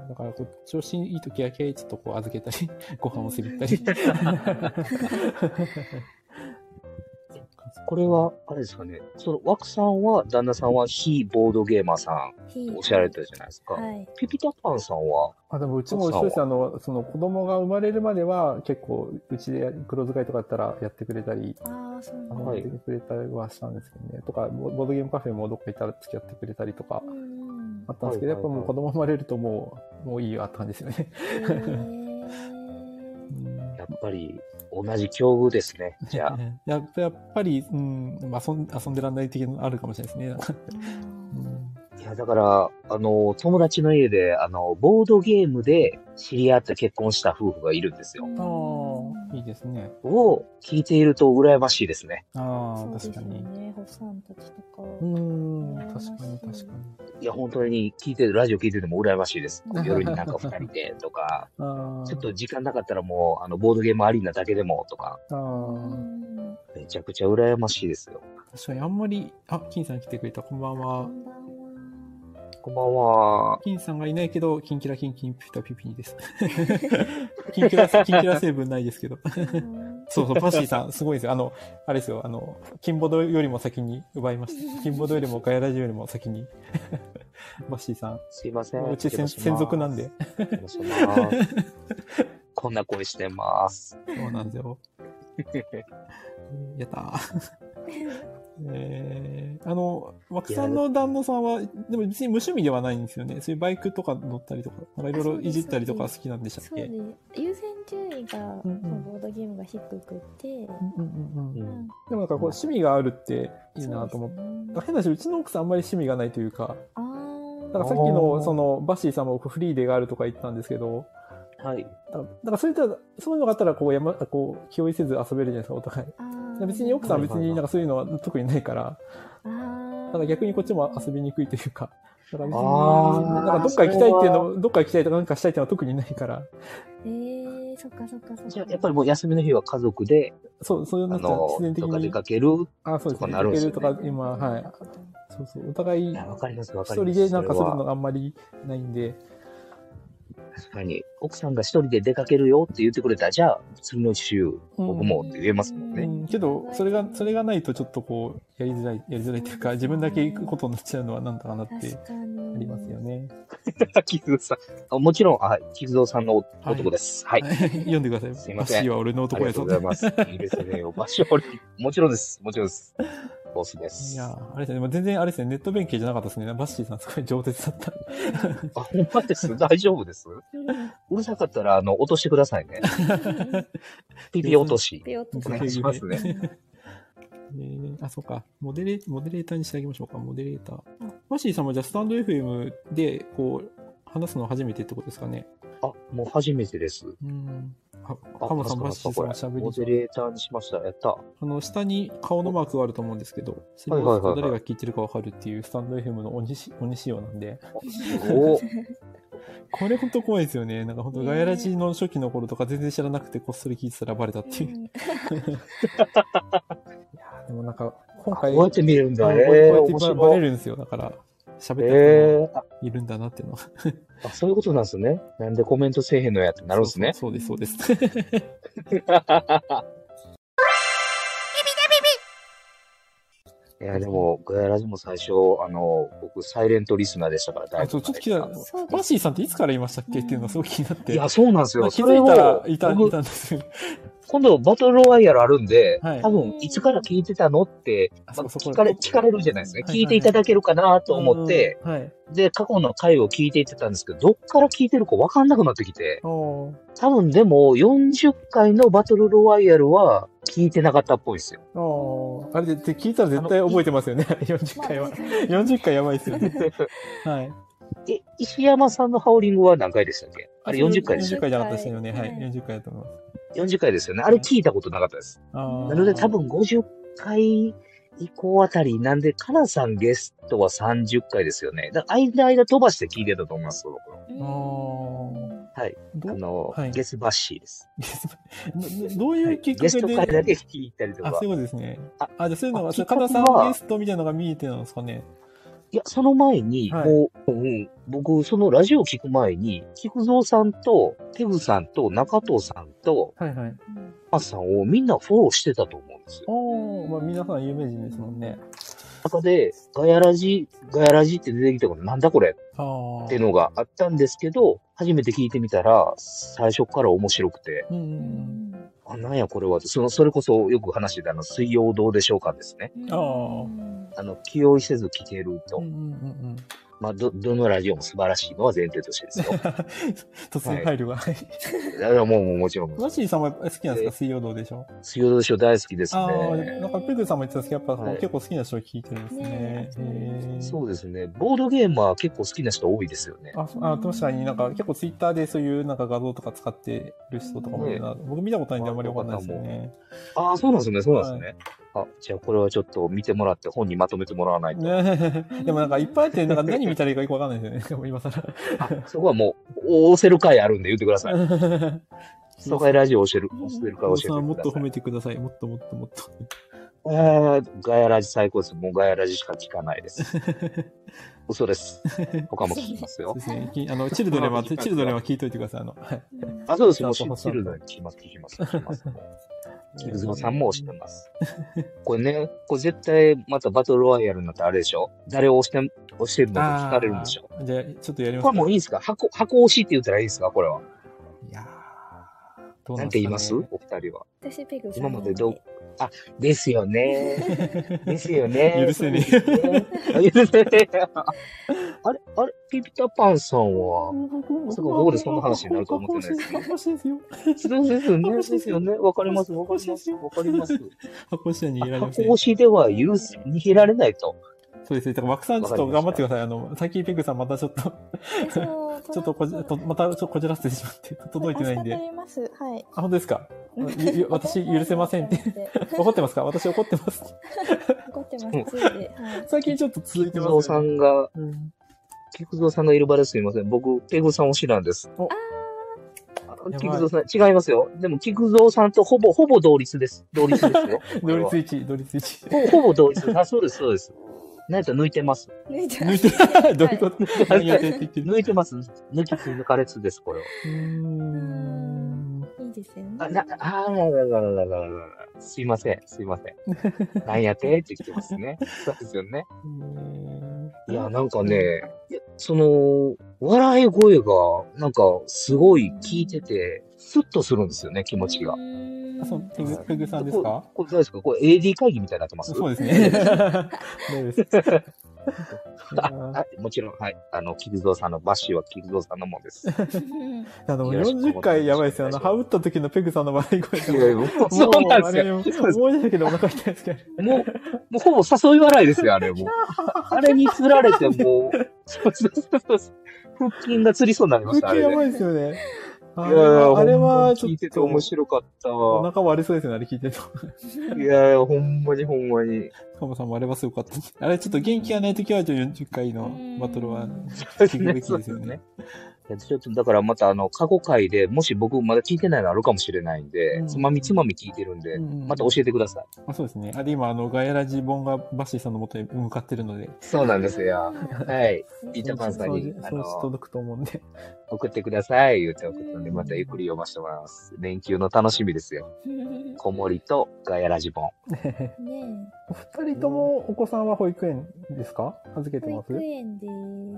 だからこう、調子いい時だけ、ちょっとこう預けたり、 ご飯をすりったり。
これは、あれですかね。その、枠さんは、旦那さんは非ボードゲーマーさ
ひ
ん、おっしゃられたじゃないですか。
はい
ピピタパンさんは、
あでもうちも一緒ですよあの、その子供が生まれるまでは結構うちで黒使いとかだったらやってくれたり、
ああそうな
あ
ん
の
だ
は
や
い
ってくれたりはしたんですけどね。とか、ボボードゲームカフェもどっか行ったら付き合ってくれたりとか
うん
あったんですけど、
は
やっ
いは
ぱ
いはい
もう子供生まれるともう、もういいよあったんですよ ね。
うん
うん
やっぱり、同じ境遇で すね。じゃあ。
やっぱやっぱり、うん、まあ遊ん遊んでらんない的なのあるかもしれないですね。なんか
へー
うん
いや、だから、あの、友達の家で、あの、ボードゲームで知り合って結婚した夫婦がいるんですよ。
いいですね。
を聞いていると羨ましいですね。
あ
そ
あ、
うです
確
よ
かに。
ね、ホさんたちとか。
うん、
羨ましい
確かに確かに。
いや、本当に聞いてる、ラジオ聞いてても羨ましいです。夜になんか二人でとか、
ああ、
ちょっと時間なかったらもう、あの、ボードゲームアリーナだけでもとか、
あ
う
ー
ん
めちゃくちゃ羨ましいですよ。
確かにあんまり、あ、金さん来てくれた、こんばん
こ
は。
んばんは。
こんばんは。
金さんがいないけど、キンキラキンキンピタピピ です。 キンキラ、キンキラ成分ないですけど。
うん
そうそう、パシーさん、すごいですよ。あの、あれですよ、あの、金ボドよりも先に奪いました。 金ボドよりもガヤラジオよりも先に。 パシーさん、
すいません。
うち
お邪
専
魔します
専属なんで。。
お邪魔します こんな声してます。
そうなんですよ。やったー。えー、あの、枠さんの旦那さんは、でも別に無趣味ではないんですよね。そういうバイクとか乗ったりとか、なんかいろいろいじったりとか好きなんでしたっ
そう
け
で
う
優先順位が、
うんうん
そのボードゲームが低くて、
んうんうん。
う
で
ん
うん
もなんかこう趣味があるっていいなと思って。
て
だから変な話、うちの奥さんあんまり趣味がないというか、
あ
だから
ー
さっき
あ
の
ー
そのバッシーさんもフリーデーがあるとか言ってたんですけど、
はい。
だからだからそういった、そういうのがあったらこうやま、こう、気負いせず遊べるじゃないですか、お互い。
あー。
別に奥さんは別になんかそういうのは特にないから、
あー
ただ逆にこっちも遊びにくいというか、だから別に、
あ
ー
なんかどっか行きたいっていうの、どっか行きたいとかなんかしたいっていうのは特にないから、
えー、そっかそっかそっか。
じゃあやっぱりもう休みの日は家族で、
そう、そういう
あ
のは
の
必然、的
とか出
に、
かける。
あそうです
とか
ね、
なるん
行
で
け
すよ
ると
ね
か、今、はい。そうそう、お互い
いや、わかります、わか
一
り
人
ます。
でなんかす
それ
る
は
のがあんまりないんで、
確かに。奥さんが一人で出かけるよって言ってくれたら、じゃあ、次の週、
うん
僕もって言えますもん
う
ね。
ん、けど、それが、それがないとちょっとこう、やりづらい、やりづらいというか、自分だけ行くことになっちゃうのはなんだかなって
確かに。
ありますよ ね。
木久蔵さんあ。もちろん、あ、木久蔵さんの男です。はい。
読んでください。
すいません
バッシーは俺の
あ
男
り
や
がとう
ぞ
ございます。いいですね。場所、もちろんです。もちろんです。ボスで
い
す。
や
あ、
ーあれですね、でも全然あれですね、ネット弁慶じゃなかったですね。バッシーさんすごい上手だった。
ほんまです。大丈夫です。うるさかったら、あの、落としてくだ さいね。ピピ落とし。
ペオッと
お願いしますね。
えーあ、そうか。モデレ、モデレーターにしてあげましょうか。モデレーター。バッシーさんもじゃあスタンド FM で、こう、話すの初めてってことですかね。
あ、もう初めてです。
うん。あ、
あ
カモさん、
助か
バ
っ
ッシ
た
ーさんは
こ
喋
れモデ
り
レーターにしました。やった。
あの、下に顔のマークがあると思うんですけど、それを
はい
押
は
す
いはい
と
はい
誰が聞いてるかわかるっていうスタンド FM の鬼し鬼仕様なんで、
お
これほんと怖いですよね。なんかほんと
ねえ
ガヤラジの初期の頃とか全然知らなくてこっそり聞いてたらバレたっていう。いやーでもなんか、今回、
こうやって見るんだ
あ
ね。
こうやって
面
ば
白
バレ
い。
るんですよ。だから、喋ってる
えー、あ
人いるんだなっていうのは。
あ、そういうことなんですね。なんでコメントせえへんのやってなるんですね。
そうそうです、 そうです。
いや、でも、ガヤラジも最初、あの、僕、サイレントリスナーでしたから、だ
あ
い
ちょ
ぶ
ちょっと
前
気になる。
そうです
バッシーさんっていつからいましたっけっていうのがすごく気になって。
いや、そうなんですよ。
気
そ
づ
れ
いたら
を、
いたい
僕
たんですよ。
今度、バトルロワイヤルあるんで、
はい
多分、いつから聞いてたのって、
あ
ま
そ
あ
うそ
聞
う
かれ、
これ
聞かれるじゃないです
は
か。
いは
聞
い
いていただけるかなと思って、
うん。はい。
で、過去の回を聞いていってたんですけど、どっから聞いてるかわかんなくなってきて、
おー
多分でも、40回のバトルロワイヤルは、聞いてなかったっぽいですよ。
ああ、あれでで聞いたら絶対覚えてますよね。40回は。40回や ばいですよ ね。はい。
え、石山さんのハウリングは何回でしたっけあれ40回でし
40
たよ。
回じゃなかったですよね。はい。
はい
40回だと思います。
40回ですよね。あれ聞いたことなかったです。
ああ。
なので多分50回以降あたりなんで、カナさんゲストは30回ですよね。だから間間飛ばして聞いてたと思います、僕は
あど
あ
う
の、
はい
ゲスバッシーです。
どどういうきっ
ゲ
か
ス
け
ト
で、
回だけ聞いたりと
あ、
か
そうい。うことですね。
あ
あ、じゃあそういうの
あ
が、
きっ
そ
か
か
けは
田さんゲストみたいなのが見えてなんですかね。
いや、その前に、
はい
もう、うん、僕、そのラジオ聞く前に、菊蔵さんと、テグさんと、中藤さんと、
はいはい。
マスさんをみんなフォローしてたと思うんですよ。
おー、まあ皆さん有名人ですもんね。
中で、ガヤラジ、ガヤラジって出てきたから、なんだこれ
ああ。
っていうのがあったんですけど、初めて聞いてみたら、最初から面白くて、
うんうん
あ、なんやこれはって、その、それこそよく話してたあの、水曜どうでしょうかですね。あの、気負いせず聞ける
うん。う
と。
んうんうんうん。
まあ、ど、どのラジオも素晴らしいのは前提としてですよ。
突然配慮が。はい。
だからもう、もうもちろん、
ワッシーさんも好きなんですか水曜どうでしょう
水曜どうでしょう大好きです
ああ、
ね。
なんかペグさんも言ってたんですけど、やっぱ
はい
結構好きな人を聞いてるんですね
ね。え
へえ
そうですね。ボードゲームは結構好きな人多いですよね。
あ、そうあ確かになんか結構ツイッターでそういうなんか画像とか使ってる人とかもいるな。僕見たことないんであんまりわかんないですよね。
ああ、そうなんですね。そうなんですね。あ、じゃあこれはちょっと見てもらって本にまとめてもらわないと。
ね でもなんかいっぱいあって、なんか何見たらいいかよくわかんないですよね。今更。
あ、そこはもう、お押せる回あるんで言ってください。初回ラジオ押せる、押せる回教えて
さんもっと褒
ください。
めてください。もっともっともっと。
あーガヤラジ最高です。もうガヤラジしか聞かな いです。嘘です。他も聞きます
そう
よ
で。すね。きあの、チルドレンは、チルドレンは聞いといてください。あの、はい。
あ、そうです。もう
そうそう
知
そう
るのに聞きます、聞きます、聞きます。キルズマさんも押して ます。これね、これ絶対またバトルロワイヤルになってあれでしょ誰を押して、押してるのか聞かれるんでしょ
あーじゃあ、ちょっとやります
これもういいんですか箱、箱押しって言ったらいいんですかこれは。
いやーどうな
な
んん
て
ですかね
言いますお二人は。
私ペグさん
今までどうですよね。ですよ ね。
許せね
え。許せねえ。あれ、あれ、ピピタパンさんは、すごいどこでそんな話になると思ってないですね
箱ですよ。
そうですよね。ですよね。わかります。わかります。わかります。
箱押しに逃げられませ
箱
ん。
押しでは許す、逃げられないと。
そうですね。だから、枠さんちょっと頑張ってください。あの、最近ペグさんまたちょっと、ち
ちょ
ょっとこじ、とまたちょっとこじらせてしまって、届いてないん
明日
で
撮。りますはい
あ、本当ですかゆゆ私許せませんって。 怒ってますか私怒って ます。
怒ってます、ついで。はい。
最近ちょっと続いて
菊
ます、
蔵さんが、
うん
菊蔵さんがいる場ですいません。僕、ペグさん推しなんです。
おやばい。
あ菊蔵さん、違いますよ。でも、菊蔵さんとほぼ、ほぼ同率です。同率ですよ
同率1位、同率1位。
ほぼほぼ同率です。あ、そうです、そうです。なんやったら抜いてます。
抜いて
抜
ま
い
す。
て、どういうこと何が出てきてる
抜いてます。抜き抜かれつです、これは。
うーん。
いいですよ
あ、
ね。
な、あーらららららららら。すいません、すいません。なんやてって言ってますね。そうですよね。いや、なんかね、いやその、笑い声が、なんか、すごい聞いてて、スッとするんですよね、気持ちが
う。ーん
あ、そう、ペグ、ペグさんですか
これ、これどうですかこれ AD 会議みたいになってます
そうですね。そうです。
あもちろん、はい。あの、菊蔵さんの、バッシーは菊蔵さんのも んです。い
あの、
よろしくお願いしま
40
す
回やばいですよ。あ の、羽打った時のペグさんの笑い声
やいや
が。
もうそうなんですよ。
もうあれ思い出したけどお腹痛いですけど。
もう、もうほぼ誘い笑いですよ、あれもう。あれに釣られて、もう、そうそうそうそう。腹筋が釣りそうになりま
腹
した、あ
筋
れ
や
で。
ばいですよね。あ
い
れ
やいや
は、あれ
ほんま
は
に
ち
聞
ょ
いて
ってと、
面白かった
お
わ。
腹割れそうですね、あれ聞いてると。
いやいや、ほんまにほんまに。
カモさんもあれはすごかった。 あれちょっと元気がないときは、40回のバトルは 聞くべきですよね。
いやちょっと、だからまた、あの、過去回で、もし僕まだ聞いてないのあるかもしれないんで、
うん
つまみつまみ聞いてるんで、
うん
また教えてください。
あそうですね。あで、今、あの、ガヤラジ本がバッシーさんの元に向かってるので、
そうなんですよ。はい。ピー
そ
ターパンさんに、あ
う
の
し、届くと思うん で。
送ってください、言うて送ったんで、またゆっくり読ませてもらいます。連休の楽しみですよ。
うん
子守とガヤラジボン。
ね
お二人ともお子さんは保育園ですか預け
え
て
保
ます
育園で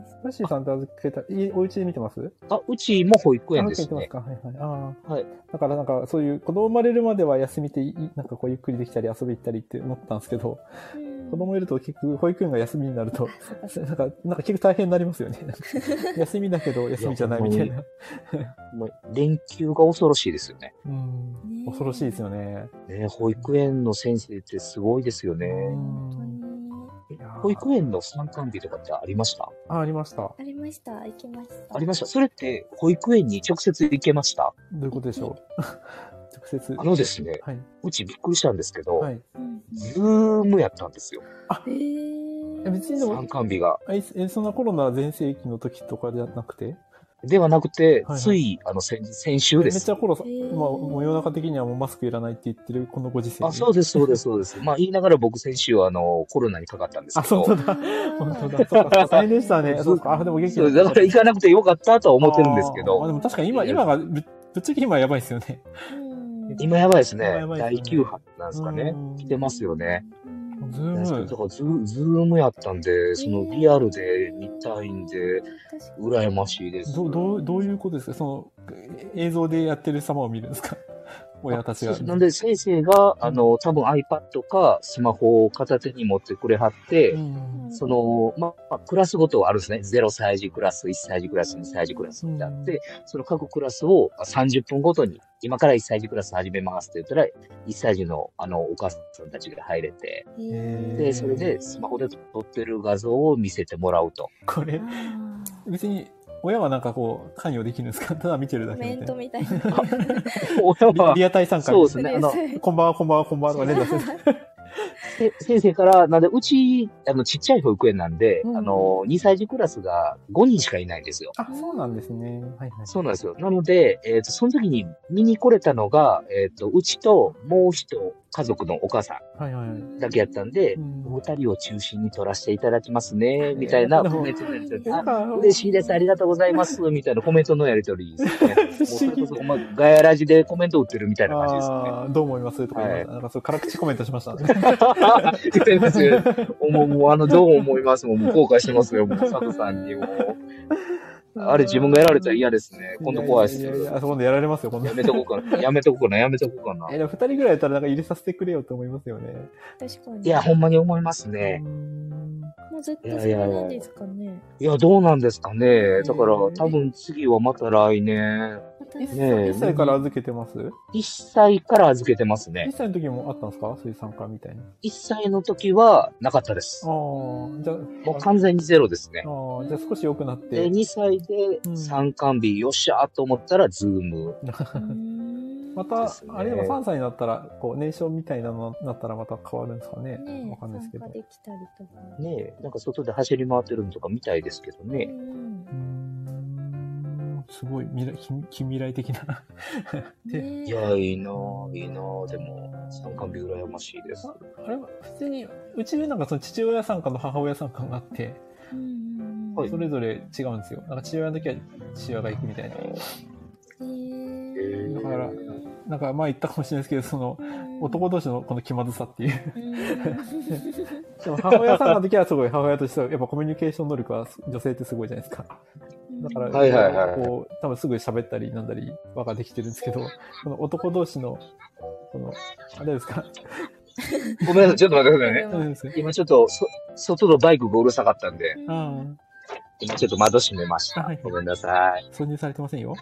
す。
バッシーさんって預けた、いお家で見てます
あ、うちも保育園
預け
です
てます
ね。
かはいはい。ああ。
はい。
だからなんかそういう子供生まれるまでは休みっていなんかこうゆっくりできたり遊び行ったりって思ったんですけど、
うん
子供いると結局保育園が休みになると、
そっかそっ
なんか、なんか結構大変になります よね。休みだけど休みじゃないみたい
い
な。
もう連休が恐ろしいですよね。
うん
ねえ
恐ろしいですよね。
ね、保育園の先生ってすごいですよね。
か
うん
本当に
保育園の参観日とかってありました
あ、ありました。ど
ありました。行きました。
ありました。それって、保育園に直接行けました
ういうことでしょう。 直接。
あのですね、
はい。
うちびっくりしたんですけど、
はい。
うん
ズームやったんですよ。
えー
え別にでも
参観日が。
あいえそんなコロナ全盛期の時とかじゃなくて
ではなくて、
はいはい
つい、あの、先先
め
週
っ
で
ち
す。
ゃコロナ、
へー
まあ、もう世の中的にはもうマスクいらないって言ってるこのご時世に。
あ、そうです、そうです、そうです。まあ、言いながら僕先週、あの、コロナにかかったんです
あ、
けど。
そうだ。本当だ。そうかそうか 大変でしたね。
そう
そうか。あ、でも元気
そうだから行かなくてよかったとは思ってるんですけ
あーあ
ど、
でも確かに今、今が、ぶぶっちゃけ今やばいですよね。
うん
今やばいですね。
今やばいです
第
ね
9波なんですかね
う。ん
来てますよね。。
うん
ズ
なんですけどだ
ー
からズズームやったんで、そのリアルで見たいんで、、羨ましいです。
ム。どどう、どういうことですかその、映像でやってる様を見るんですか親たち
そう
が。
そうなんで先生が、あの、多分 iPad かスマホを片手に持ってくれはって、
うん
その、まあ、クラスごとはあるんですね。0歳児クラス、1歳児クラス、2歳児クラスってあって、その各クラスをあ30分ごとに、今から1歳児クラス始めますって言ったら、1歳児のあのお母さんたちが入れて、
へー
で、それでスマホで撮ってる画像を見せてもらうと。
これ、
あ
別に、親はなんかこう、関与できるんですかた だ見てるだ
ー
け
イベ
み
ン
た
ト
い
みたいな。
親
な。
は
リ、リアタイ参加
そう
み
で
た
す
いな
ね。 あの、
こんばんは、こんばんは、こんばんはとか連打する。
せ先生から、なんで、うち、あの、ちっちゃい保育園なんで、
うん
あの、2歳児クラスが5人しかいないんですよ。
あ、そうなんですね。はいはい。
そうなんですよ。なので、えっ、と、その時に見に来れたのが、えっ、と、うちともう一家族のお母さ
はいはいはい。
んだけやったんで、
うん
お二人を中心に撮らせていただきますね、みたい
な
な
るほ
コ
ど
メントのやり取り。
なん
あ
か
嬉しいです、ありがとうございます、みたいなコメントのやり取りですね。もうそれこ
不
そ、まあ、ガヤラジでコメント打ってるみたいな感じですね。
あーどう思いますとか言いました。なんかそう、辛口コメントしましたね。
言ってますよ。もう、もう、あの、どう思いますもう、もう後悔してますよ。もう、佐藤さんにもう。 あれ、自分がやられたら嫌ですね。今度怖いです
や
ね
や。やあそこでやられますよ、今度
や。めとこうかな。やめとこうかな。やめとこうか な
え、。でも二人ぐらいやったらなんか入れさせてくれよと思いますよね。
確か
い
に。
や、ほんまに思いますね。
うん
もうずっとそれなんですかね。
いや、どうなんですかね。だから、
うん
多分次はまた来年。
私
ねえ
一歳から預けてます
1歳から預けてますね
一。歳の時もあったんですかそういう参加みたいな。
1歳の時はなかったです
あ。あ、じゃあ、
もう完全にゼロですね
あ。ーじゃあ少し良くなっ
で、
て。
2歳で
うん
参観日、よっしゃーと思ったら、ズーム。
うーん
ま
で
た
すね、
あれでも3歳になったら、こう、年少みたいなのになったらまた変わるんですかね。
ね
わかんないですけ
参
ど
加。できたりとか。
ねえ、なんか外で走り回ってるのとか見たいですけど
う
ね。
ん
うーんすごい未来近近未来的な
う
で
ん、ね
いや、いいなぁ、いいなぁ、でも、参観日羨ましいです。
あれは普通にうちでなんかその父親参加の母親参加があって
うんうんうん
はい
それぞれ違うんですよなんか父親の時は父親が行くみたいな
え
え
ー
ー
だからなんか前言ったかもしれないですけどその
うん
男同士のこの気まずさっていう
うん
でも母親参加の時はすごい母親としてはやっぱコミュニケーション能力は女性ってすごいじゃないですかだから、
はいはいはいはい
こう多分すぐ喋ったりなんだり輪ができてるんですけどこの男同士のこのあれですか
ごめんなさい、ちょっと待ってくださいね。
あれですか
今ちょっと、そ、外のバイクがうるさかったんで、
ああ
今ちょっと窓閉めました
はい。
ごめんなさい。
挿入されてませんよ。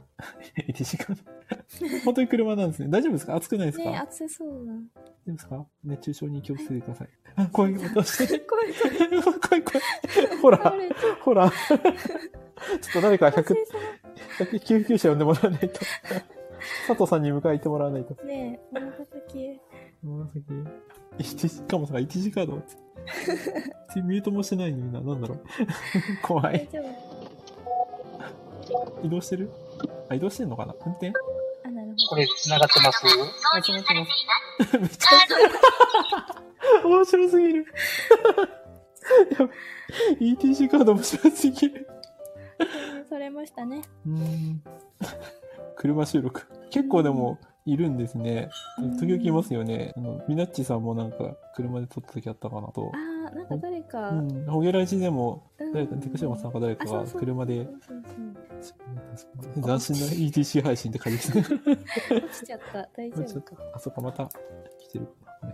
1時間。 本当に車なんですね。大丈夫ですか暑くないですか、
ね暑そうだ。
大丈夫ですか熱中症に気をつけてください。あ、怖い音して る。
声が
怖い怖い。ほら
倒、 れて
ほら。ちょっと誰か
達
100
成、さ
100救急車呼んでもらわないと。 佐藤さんに迎え行ってもらわないと。
んねえ、物語系。
山崎。1時間もさ、1時間だ。ミュートもしてないのにな。なんだろう。 怖
大
い。
丈夫。
移動してるあ、移動してんのかな運転
あ、なる
これ、繋がってます
あ、そうそうそう。めっちゃ、面白すぎる。 やばい ETC カード面白すぎる。
ほど。それましたね。
うーん。車収録。結構でも、いるんですね。時々いますよね。あの、ミナッチさんもなんか、車で撮った時あったかなと
あ。ー、なんか誰か。
う
うん
ん。ホゲラジでも、誰か、
うん
テクシマさんか誰か
あ
が
そうそう
車で
そ、うそうそ
斬新な ETC 配信って感じです ね。
う落ちちゃった。大丈夫か。
あ、そっか、また、来てるかな。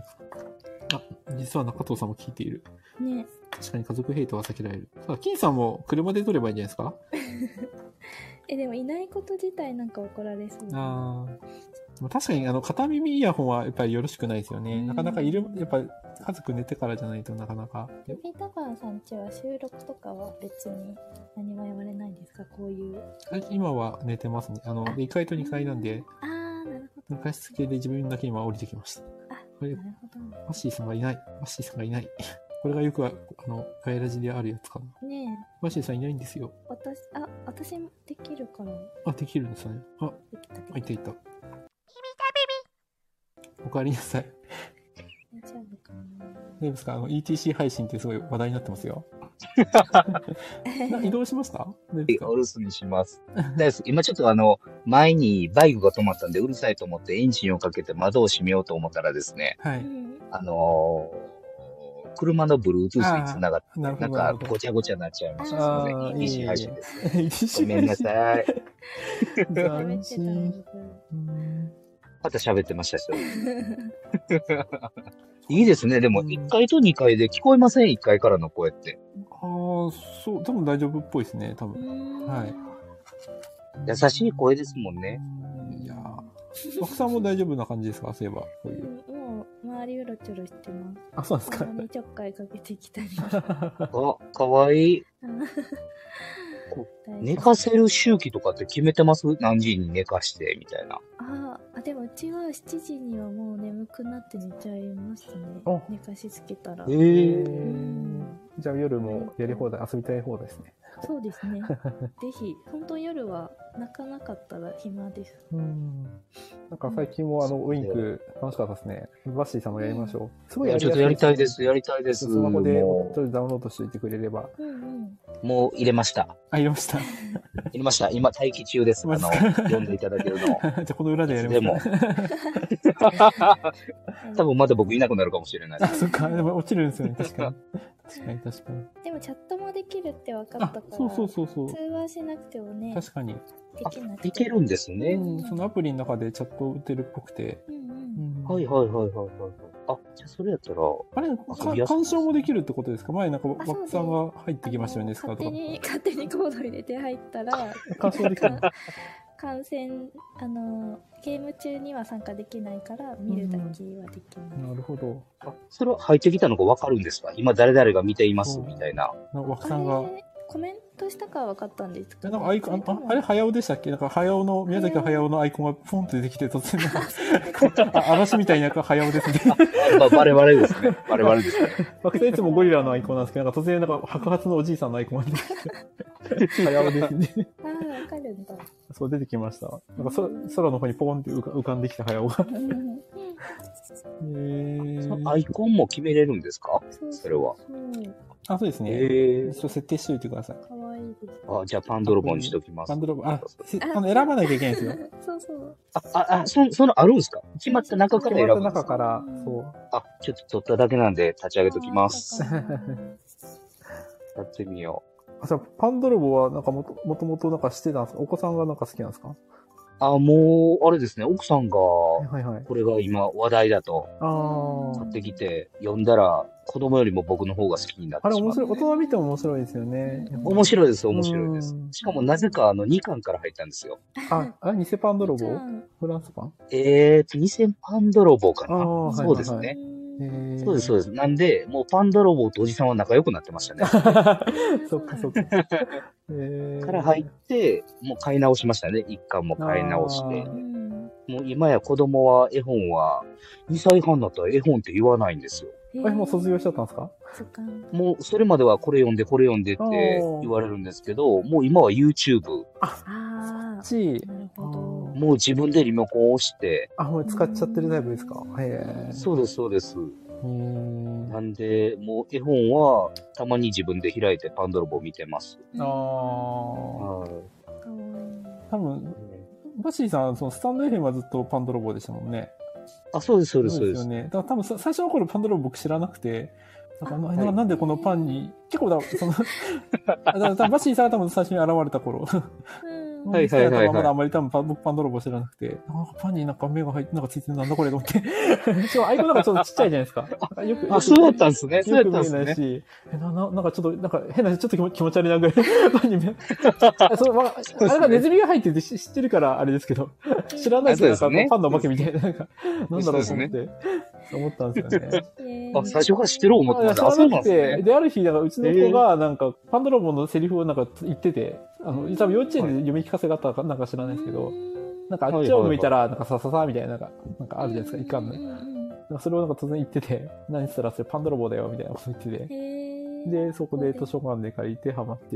あ、実は中藤さんも聞いている。
ね
確かに家族ヘイトは避けられる。ただ、金さんも車で撮ればいいんじゃないですか
え、えでもいないこと自体なんか怒られそう。
ああ。確かに、あの、片耳イヤホンはやっぱりよろしくないですよね。
うん
なかなかいる、やっぱ、家族寝てからじゃないとなかなか。いや
ピーターパンさんちは収録とかは別に何も言われないんですかこういう。
今は寝てますね。あの、1階と2階なんで、
あー、なるほど。
加湿器で自分だけ今降りてきました。これ
な、るほど。
マッシーさんがいない。マッシーさんがいない。 これがよくあ、あの、ガイラジであるやつかな。
ねえ、
マッシーさんいないんですよ。
私、あ、私もできるから。
あ、できるんですね。あ、
できた
あ
で
い
き
たいた。おかえりなさい。
た。大丈夫かな。
大丈夫ですかあの ETC 配信ってすごい話題になってますよ。な移動しました大丈夫ですか
お留守にします。大好き今ちょっとあの、前にバイクが止まったんで、うるさいと思ってエンジンをかけて窓を閉めようと思ったらですね、
は
う
い。
ん。
あのー車の Bluetooth につながって、
なるほ
な
ど。
ん
な
か
るほ
ごちゃごちゃになっちゃいました。すい
あー
ません。
いえいえ
ETC 配信です。
ど ETC
ごめんな
配信。
さい。
喋ってたのに
うん
また喋って ましたし。いいですね。でも、1階と2階で聞こえません ?1 階からの声って。
ああ、そう、多分大丈夫っぽいですね、多
う
分。
ん
はい
優しい声ですもん ね。
うんいやー。奥さんも大丈夫な感じですかそういえば。こう
う
いう。
んもう周りうろちょろしてます。
あ、そうなんです
た
か
ま。にちょっかいかけてきたり。
あ、かわいい。
大
寝
丈夫
かせる周期とかって決めてます何時に寝かして、みたいな。
あーあ、でもうちは7時にはもう眠くなって寝ちゃいますね
あ。
寝かしつけたら。
え
うん
じゃあ夜もやり放題、遊びたい放題ですね。
そうです ね。ぜひ、本当夜は泣かなかったら暇です。
うんなんか最近もあの、ウインク楽しかったですね。バッシーさんもやりましょう。す
いや、ちょっとやりたいです、やりたいです。
スマホでちょ
も
っとダウンロードしておいてくれれば。
うんうん。
う、もう入れました。
あ、入れました。 じ
入れました。今、待機中です。あの、
マジっすか
読んでいただけるの を。
ゃあこの裏でやりま
で
しょう
も。多分まだ僕いなくなるかもしれない
あ、。そっか。でも落ちるんですよ ね。確かに。確かに確かに。
でもチャットもできるって分かっ
あ
たか、ら。
そうそうそうそう
通。話しなくてもね、
確かに。
で
あ
きな、
い
く
け
て
るんですね。
うん、そのアプリの中でチャットを打てるっぽくて。
うん
う
うん。
ん
はいはいはいはいはいはい。あ、じゃあそれやったら、
あれ、
遊びや
か
すい
干渉もできるってことですか前なんか、
あそう
枠
です
さんが入ってきましたよね、スカー
勝
ト
手
が。
に、勝手にコード入れて入ったら、
干渉できるの。
観戦、あの、ゲーム中には参加できないから、見るだけはできます。
なるほど。
あそれは入ってきたのがわかるんですか今誰々が見ていますみたいな。
な枠
あ
さんが。
れコメントしたかは分かったんですけど。
えなんかアイコン、あああれ、早尾でしたっけなんか早尾の、宮崎早尾のアイコンがポンって出てきて、突然なんか、あ嵐みたいになんか早尾です ね。
ばバレバレです ね。バレバレですね。
惑星いつもゴリラのアイコンなんですけど、なんか突然なんか白髪のおじいさんのアイコンが出てきて、早尾です ね。
ああ、分かるん だ。
そう出てきました。なんかそ空の方にポンって浮か浮かんできた早尾が。
うん
へー
アイコンも決めれるんですか
そう
それは。
そう、
あ、そうですね。
え
そう設定しておいてください。
かわいいです。
あ、じゃあパンドロボにしときます。
バンドロボ、あ、せ
あ
あの選ばなきゃいけないんですよ。
そうそう。
あ、あ、あそ、そのあるんですか決まった中から選ぶ
の
んです
中か
か
ら、そう。
あ、ちょっと取っただけなんで立ち上げときます。
あー。わかる
やってみよ
あ、じゃあパンドロボはなんかもともともとなんかしてたんですかお子さんがなんか好きなんですか
う。あ、もう、あれですね、奥さんが、
はいはいはい。
これが今話題だと
あー
買ってきて、読んだら、子供よりも僕の方が好きになっ
あ
て
れ
しま
面
う。
白い。大人見ても面白いですよね。
面白いです、面白いです
う。ん
しかもなぜかあの2巻から入ったんですよ。
あ、あ、偽パン ドロ
じゃ
ボ
あ
フランスパン
えーと、2000パン泥棒か
あ
な
ーはいはいはい
そうですね。
うん
そうです、そう
で
です。なんで、もうパン泥棒とおじさんは仲良くなってま したね。
そっかそっか。えー
から入って、もう買い直しましたね。一巻も買い直して
あ
う。ん
もう今や子供は絵本は、2歳半だったら絵本って言わないんですよ。
え
え、もう卒業しちゃったんですか
そっか
もうそれまではこれ読んでこれ読んでって
おー
言われるんですけど、もう今は YouTube。
あ
ち
あ、なるほ
あ
ど。
もう自分でリモコンを押して、
あ、もう使っちゃってるタイプですかへえ。
そうです、そうです。
うーん。
なんで、もう絵本はたまに自分で開いてパンドロボ見てます。
あ
あ。か
ー。
は
わい
多分、バシーさん、そのスタンド FM はずっとパンドロボでしたもんね。
あ、そうです、そうです、
そ
そう
で
うです
よ
す。
ね。だから多分さ最初の頃パンドロボ僕知らなくて、なんかな
あ
な
はい
なんでこのパンに、結構だ、そ の、あだからバシーさんが多分最初に現れた頃、
い。うん。
はいはいはいはい
僕まだあんまり多分パン僕パンドロボ知らなくて、なんかパンになんか目が入って、なんかついてるなんだこれと思って。 しかもアイコンなんかちょっとちっちゃいじゃないですか。よく
あ、そうだったんですね。そう
よ
だっ
く見
たんで
え
す
ない
ね。
し、えなななんかちょっと、なんか変な、ちょっと気持気持ち悪いなぐらい、パ ンに目、あそうまあ、あれがネズミが入ってて知知ってるからあれですけど、知らないけど、なん
そ
か
うですね
パンのお化けみたいな、なんか、なんだろうと
そう
思
で
って、思ったんですよね。
えー
あ、最初から知ってる思ってました。あ、
あ
そ
そうう
なん
な
です
で
ね。
で、ある日、なんかうちの子が、なんか、パンドロボのセリフをなんか言ってて、あの、多分幼稚園で読み聞かせがあったかなんか知らないですけど、なんかあっちを向いたら、なんかさささみたいな、なんか、なんかあるじゃないですか、一巻の。
う
なん
うんうん
んかそれをなんか突然言ってて、何したらそれパンドロボだよ、みたいなこと言ってて。
へー
で、そこで図書館で借りてハマって、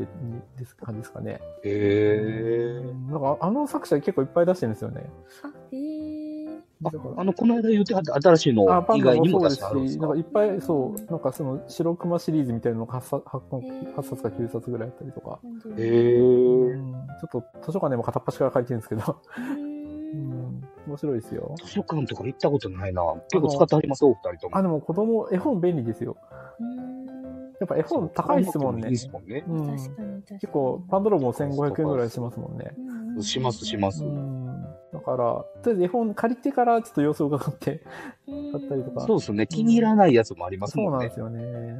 です感じですかね。
へ
う
え。
んなんか、あの作者結構いっぱい出してるんですよね。
あ、へー
あ
だから
あの、この間言ってはった新しいの
あ、パ
以
ンダ
外
も
に
そ
も
うで
出
す
してあるんで
し、
す
なん
か
かいっぱい、そう、なんかその、白熊シリーズみたいなのが8冊 ,8 冊か9冊ぐらいあったりとか。
なんで
へ
う
え。
んちょっと図書館でも片っ端から借りてるんですけど、
う
うんん、面白いですよ。
図書館とか行ったことないな。結構使ってありますお二人
あ、
とも。
でも子供、絵本便利ですよ。
うん
やっぱ絵本高いですもん
い
ね
い。ですもんね。
う
確
ん、
かに確かに。
結構、パンドロボも1500円ぐらいしますもんね。
うんうん
します、しま
う
す。
ん、だから、とりあえず絵本借りてからちょっと様子を伺って、買ったりとか
そうですね。気に入らないやつもあります
そう
も
な
ん
ん
ね
で。すよね。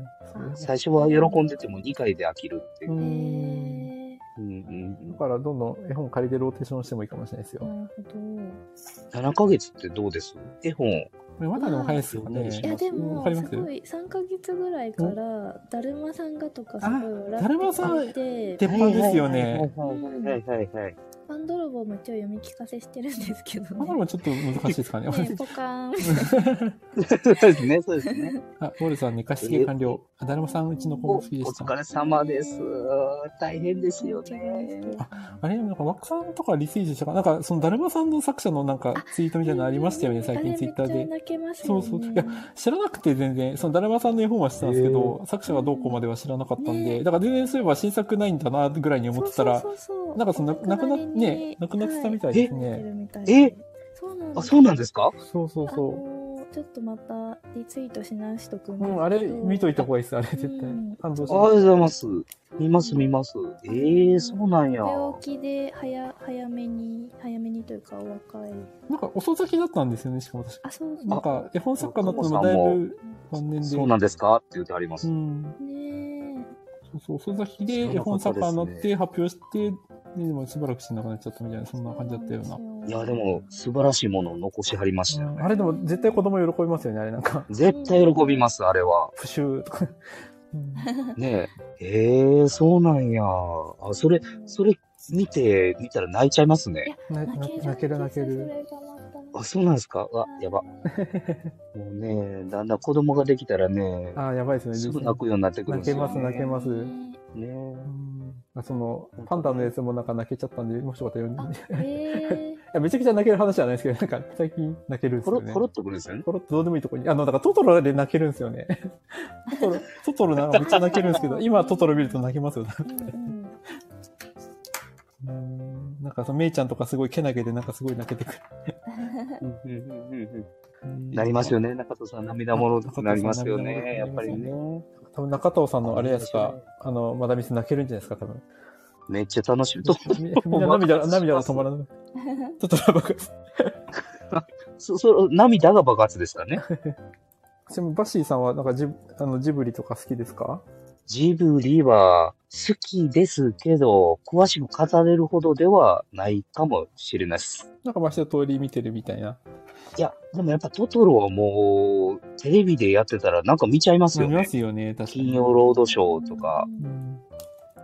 最初は喜んでても2回で飽きるっていうう。
ん
へ
うんう
だ
ん
から、どんどん絵本借りてローテーションしてもいいかもしれないです
ー
よ。
なるほど。
7ヶ月ってどうです絵本。
まだでも早いですよね。
いやで
わ
も
かり
す
ます
ごい3ヶ月ぐらいからだるまさんがとかすごい笑
だるまさん
ってき
鉄
て
板ですよね。
はいはい はい。
パンドロボも一応読み聞かせしてるんですけど
まだ
ね
もちょっと難しいですかね。
ねポカーン
そうですね、そうですね。
あ、ウォルさん、寝かしつけ完了。あだるまさん、うちの子
おお
も好きでした。
疲れ様です。大変ですよね。
あれなんか、枠さんとかリツイートしたかななんか、その、だるまさんの作者のなんか、ツイートみたいなのありましたよね、最近ツイッター
あれめ
で。
っちゃ泣けます
そ
よ
う
ね
そう。いや、知らなくて全然、その、だるまさんの絵本は知ってたんですけど、作者がどうこうまでは知らなかったん
ね
で、だから全然そういえば新作ないんだな、ぐらいに思ってたら
そ、うそうそう
なんかその、なくなっ、ね、なくなってたみたいです
はい
ね。
え
そうなんです
あ、そうなんですか
そうそう
あ
そう。
のーちょっとまたリツイートし直しとくん
う
ですけど
ん、あれ、見といた方がいいです、あれ、絶対
うん。
感動し
ありが
ま
とう
す。
ございます。見ます見ます。ええそうなんや。
早起きで早早めに早めにというかお若い
なんか、遅咲きだったんですよね、しかも私。
あそうそう
なんか、絵本作家になったのもだいぶ晩年で。
そうなんですかって言ってありま
う
す。
ん。
ね
そうそう、その先で絵本作家になって発表して、でもしばらくしてなくなっちゃったみたいな、そんな感じだったような。
ない
や、でも、素晴らしいものを残しはりましたよ
あ
ね。
れでも絶対子供喜びますよね、あれなんか。
絶対喜びます、あれは。
プシューとか。うん
ねえ。ええそうなんや。あ、それ、それ見て、見たら泣いちゃいますね。
なな泣ける泣け
そ
る。
れがまた
あ、そうなんですかあ、やば。もうね、だんだん子供ができたらね、
ああ、やばいですね。
すぐ泣くようになってくるんですよ、ね。
泣けます泣けます
ね
ねえ
うんあその、パンダのやつもなんか泣けちゃったんで、もしよかったら読んで。い
えー、
や、めちゃくちゃ泣ける話じゃないですけど、なんか最近泣けるんです
ポ
よ
ロ、
ね。
ポロっとくるんですよね。
ポロッとどうでもいいとこに。あの、だからトトロで泣けるんですよね。トトロ、トトロなんかめっちゃ泣けるんですけど、今トトロ見ると泣けますよ。
うん
うんなんかその、めいちゃんとかすごいけなげで、なんかすごい泣けてくる。
うんうんうんうんうんなりますよね。中田さん、涙もろくなりますよね。やっぱりね。
多分中藤さんのあれやつか、あの、まだミス泣けるんじゃないですか、多分。
めっちゃ楽しみと。
みみんな涙、涙が止まらない。トトロばっかり。
そ、そ、涙が爆発ですかね。
ちなみにバッシーさんは、なんかジブあのジブリとか好きですか
ジブリは好きですけど、詳しく語れるほどではないかもしれないです。
なんかまあ一通り見てるみたいな。
いや、でもやっぱトトロはもう、テレビでやってたらなんか見ちゃいますよ
見ま
ね。
すよね、確かに。
金曜ロードショーとか。
うん。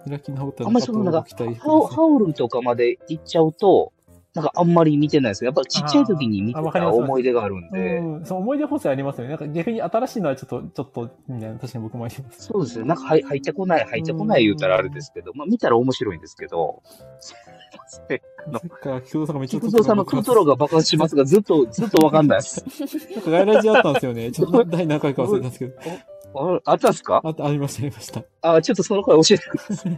開き直った
あんまりそのなんか
期待して
ハオハウルとかまで行っちゃうと、なんかあんまり見てないですやっぱちっちゃい時に見
あ
て
ーあわかり
た
ます
思い出があるんで。
うん、その思い出補正ありますよね。なんか逆に新しいのはちょっと、ちょっと、みたいな、確かに僕もあります。
そうですね。なんか入入ってこない、入ってこない言うたらあれですけど、まあ見たら面白いんですけど、
そっか、菊蔵さんがめっちゃ
菊蔵さんのトトロが爆発しますが、ずっと、ずっとわかんないです。
なんか外来時あったんですよ ね。ちょっと第何回か忘れたんですけど。
ああったんすか
あ、ありました、ありました。
あ、ちょっとその声教えてください。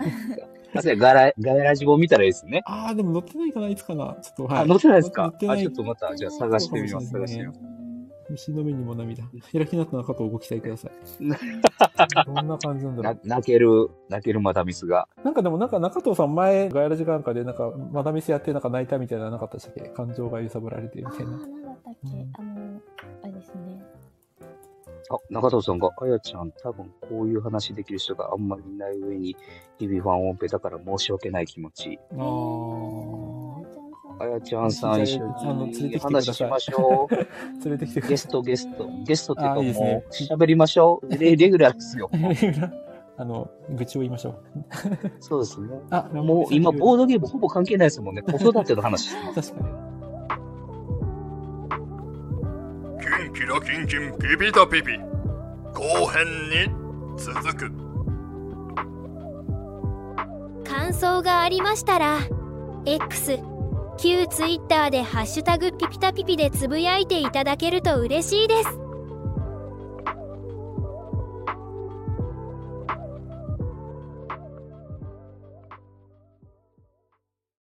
あ、そうやガラ、ガラジボ見たらいいですね。
あー、でも載ってないかな、いつかな。ちょっと、はい。
あ、載ってないですか
載
あ、
って
ち
ない
ょっとまた、じゃあ探してみます。
そうかも
探
し
し
れな
てみ
い
ます。
虫の目にも涙。開き直った中とご期待ください。どんな感じなんだろ
な
う。
泣ける、泣けるマダミスが。
なんかでも、なんか中藤さん前、ガイラジかなんかで、なんか、まだミスやってなんか泣いたみたいなのなかったでしたっけ感情が揺さぶられてみ
あ
た
ー、
いな。
なんだったっけ、
うん
あの、あれですね。
あ、中藤さんが、あやちゃん、多分こういう話できる人があんまりいない上に、日々ファンオペだから申し訳ない気持ち。
あー。
あやちゃんさん一緒
あの連れてき
に
てください
話しましょう。
連れてきてく
ゲ
だ
ス
さ
ト、ゲスト、ゲストっていうか
あいいですね
もう、喋りま しょう。レレギュラーですよ。
い。あ の、愚痴を言いましょう。
そうですね。
あ、
もう今、ボードゲームほぼ関係ないですもんね。子育ての話してます。
確かに。
キンキラキンキンビビダビビ後編に続く
感想がありましたら X 旧 Twitter で「ハッシュタグピピタピピ」でつぶやいていただけると嬉しいです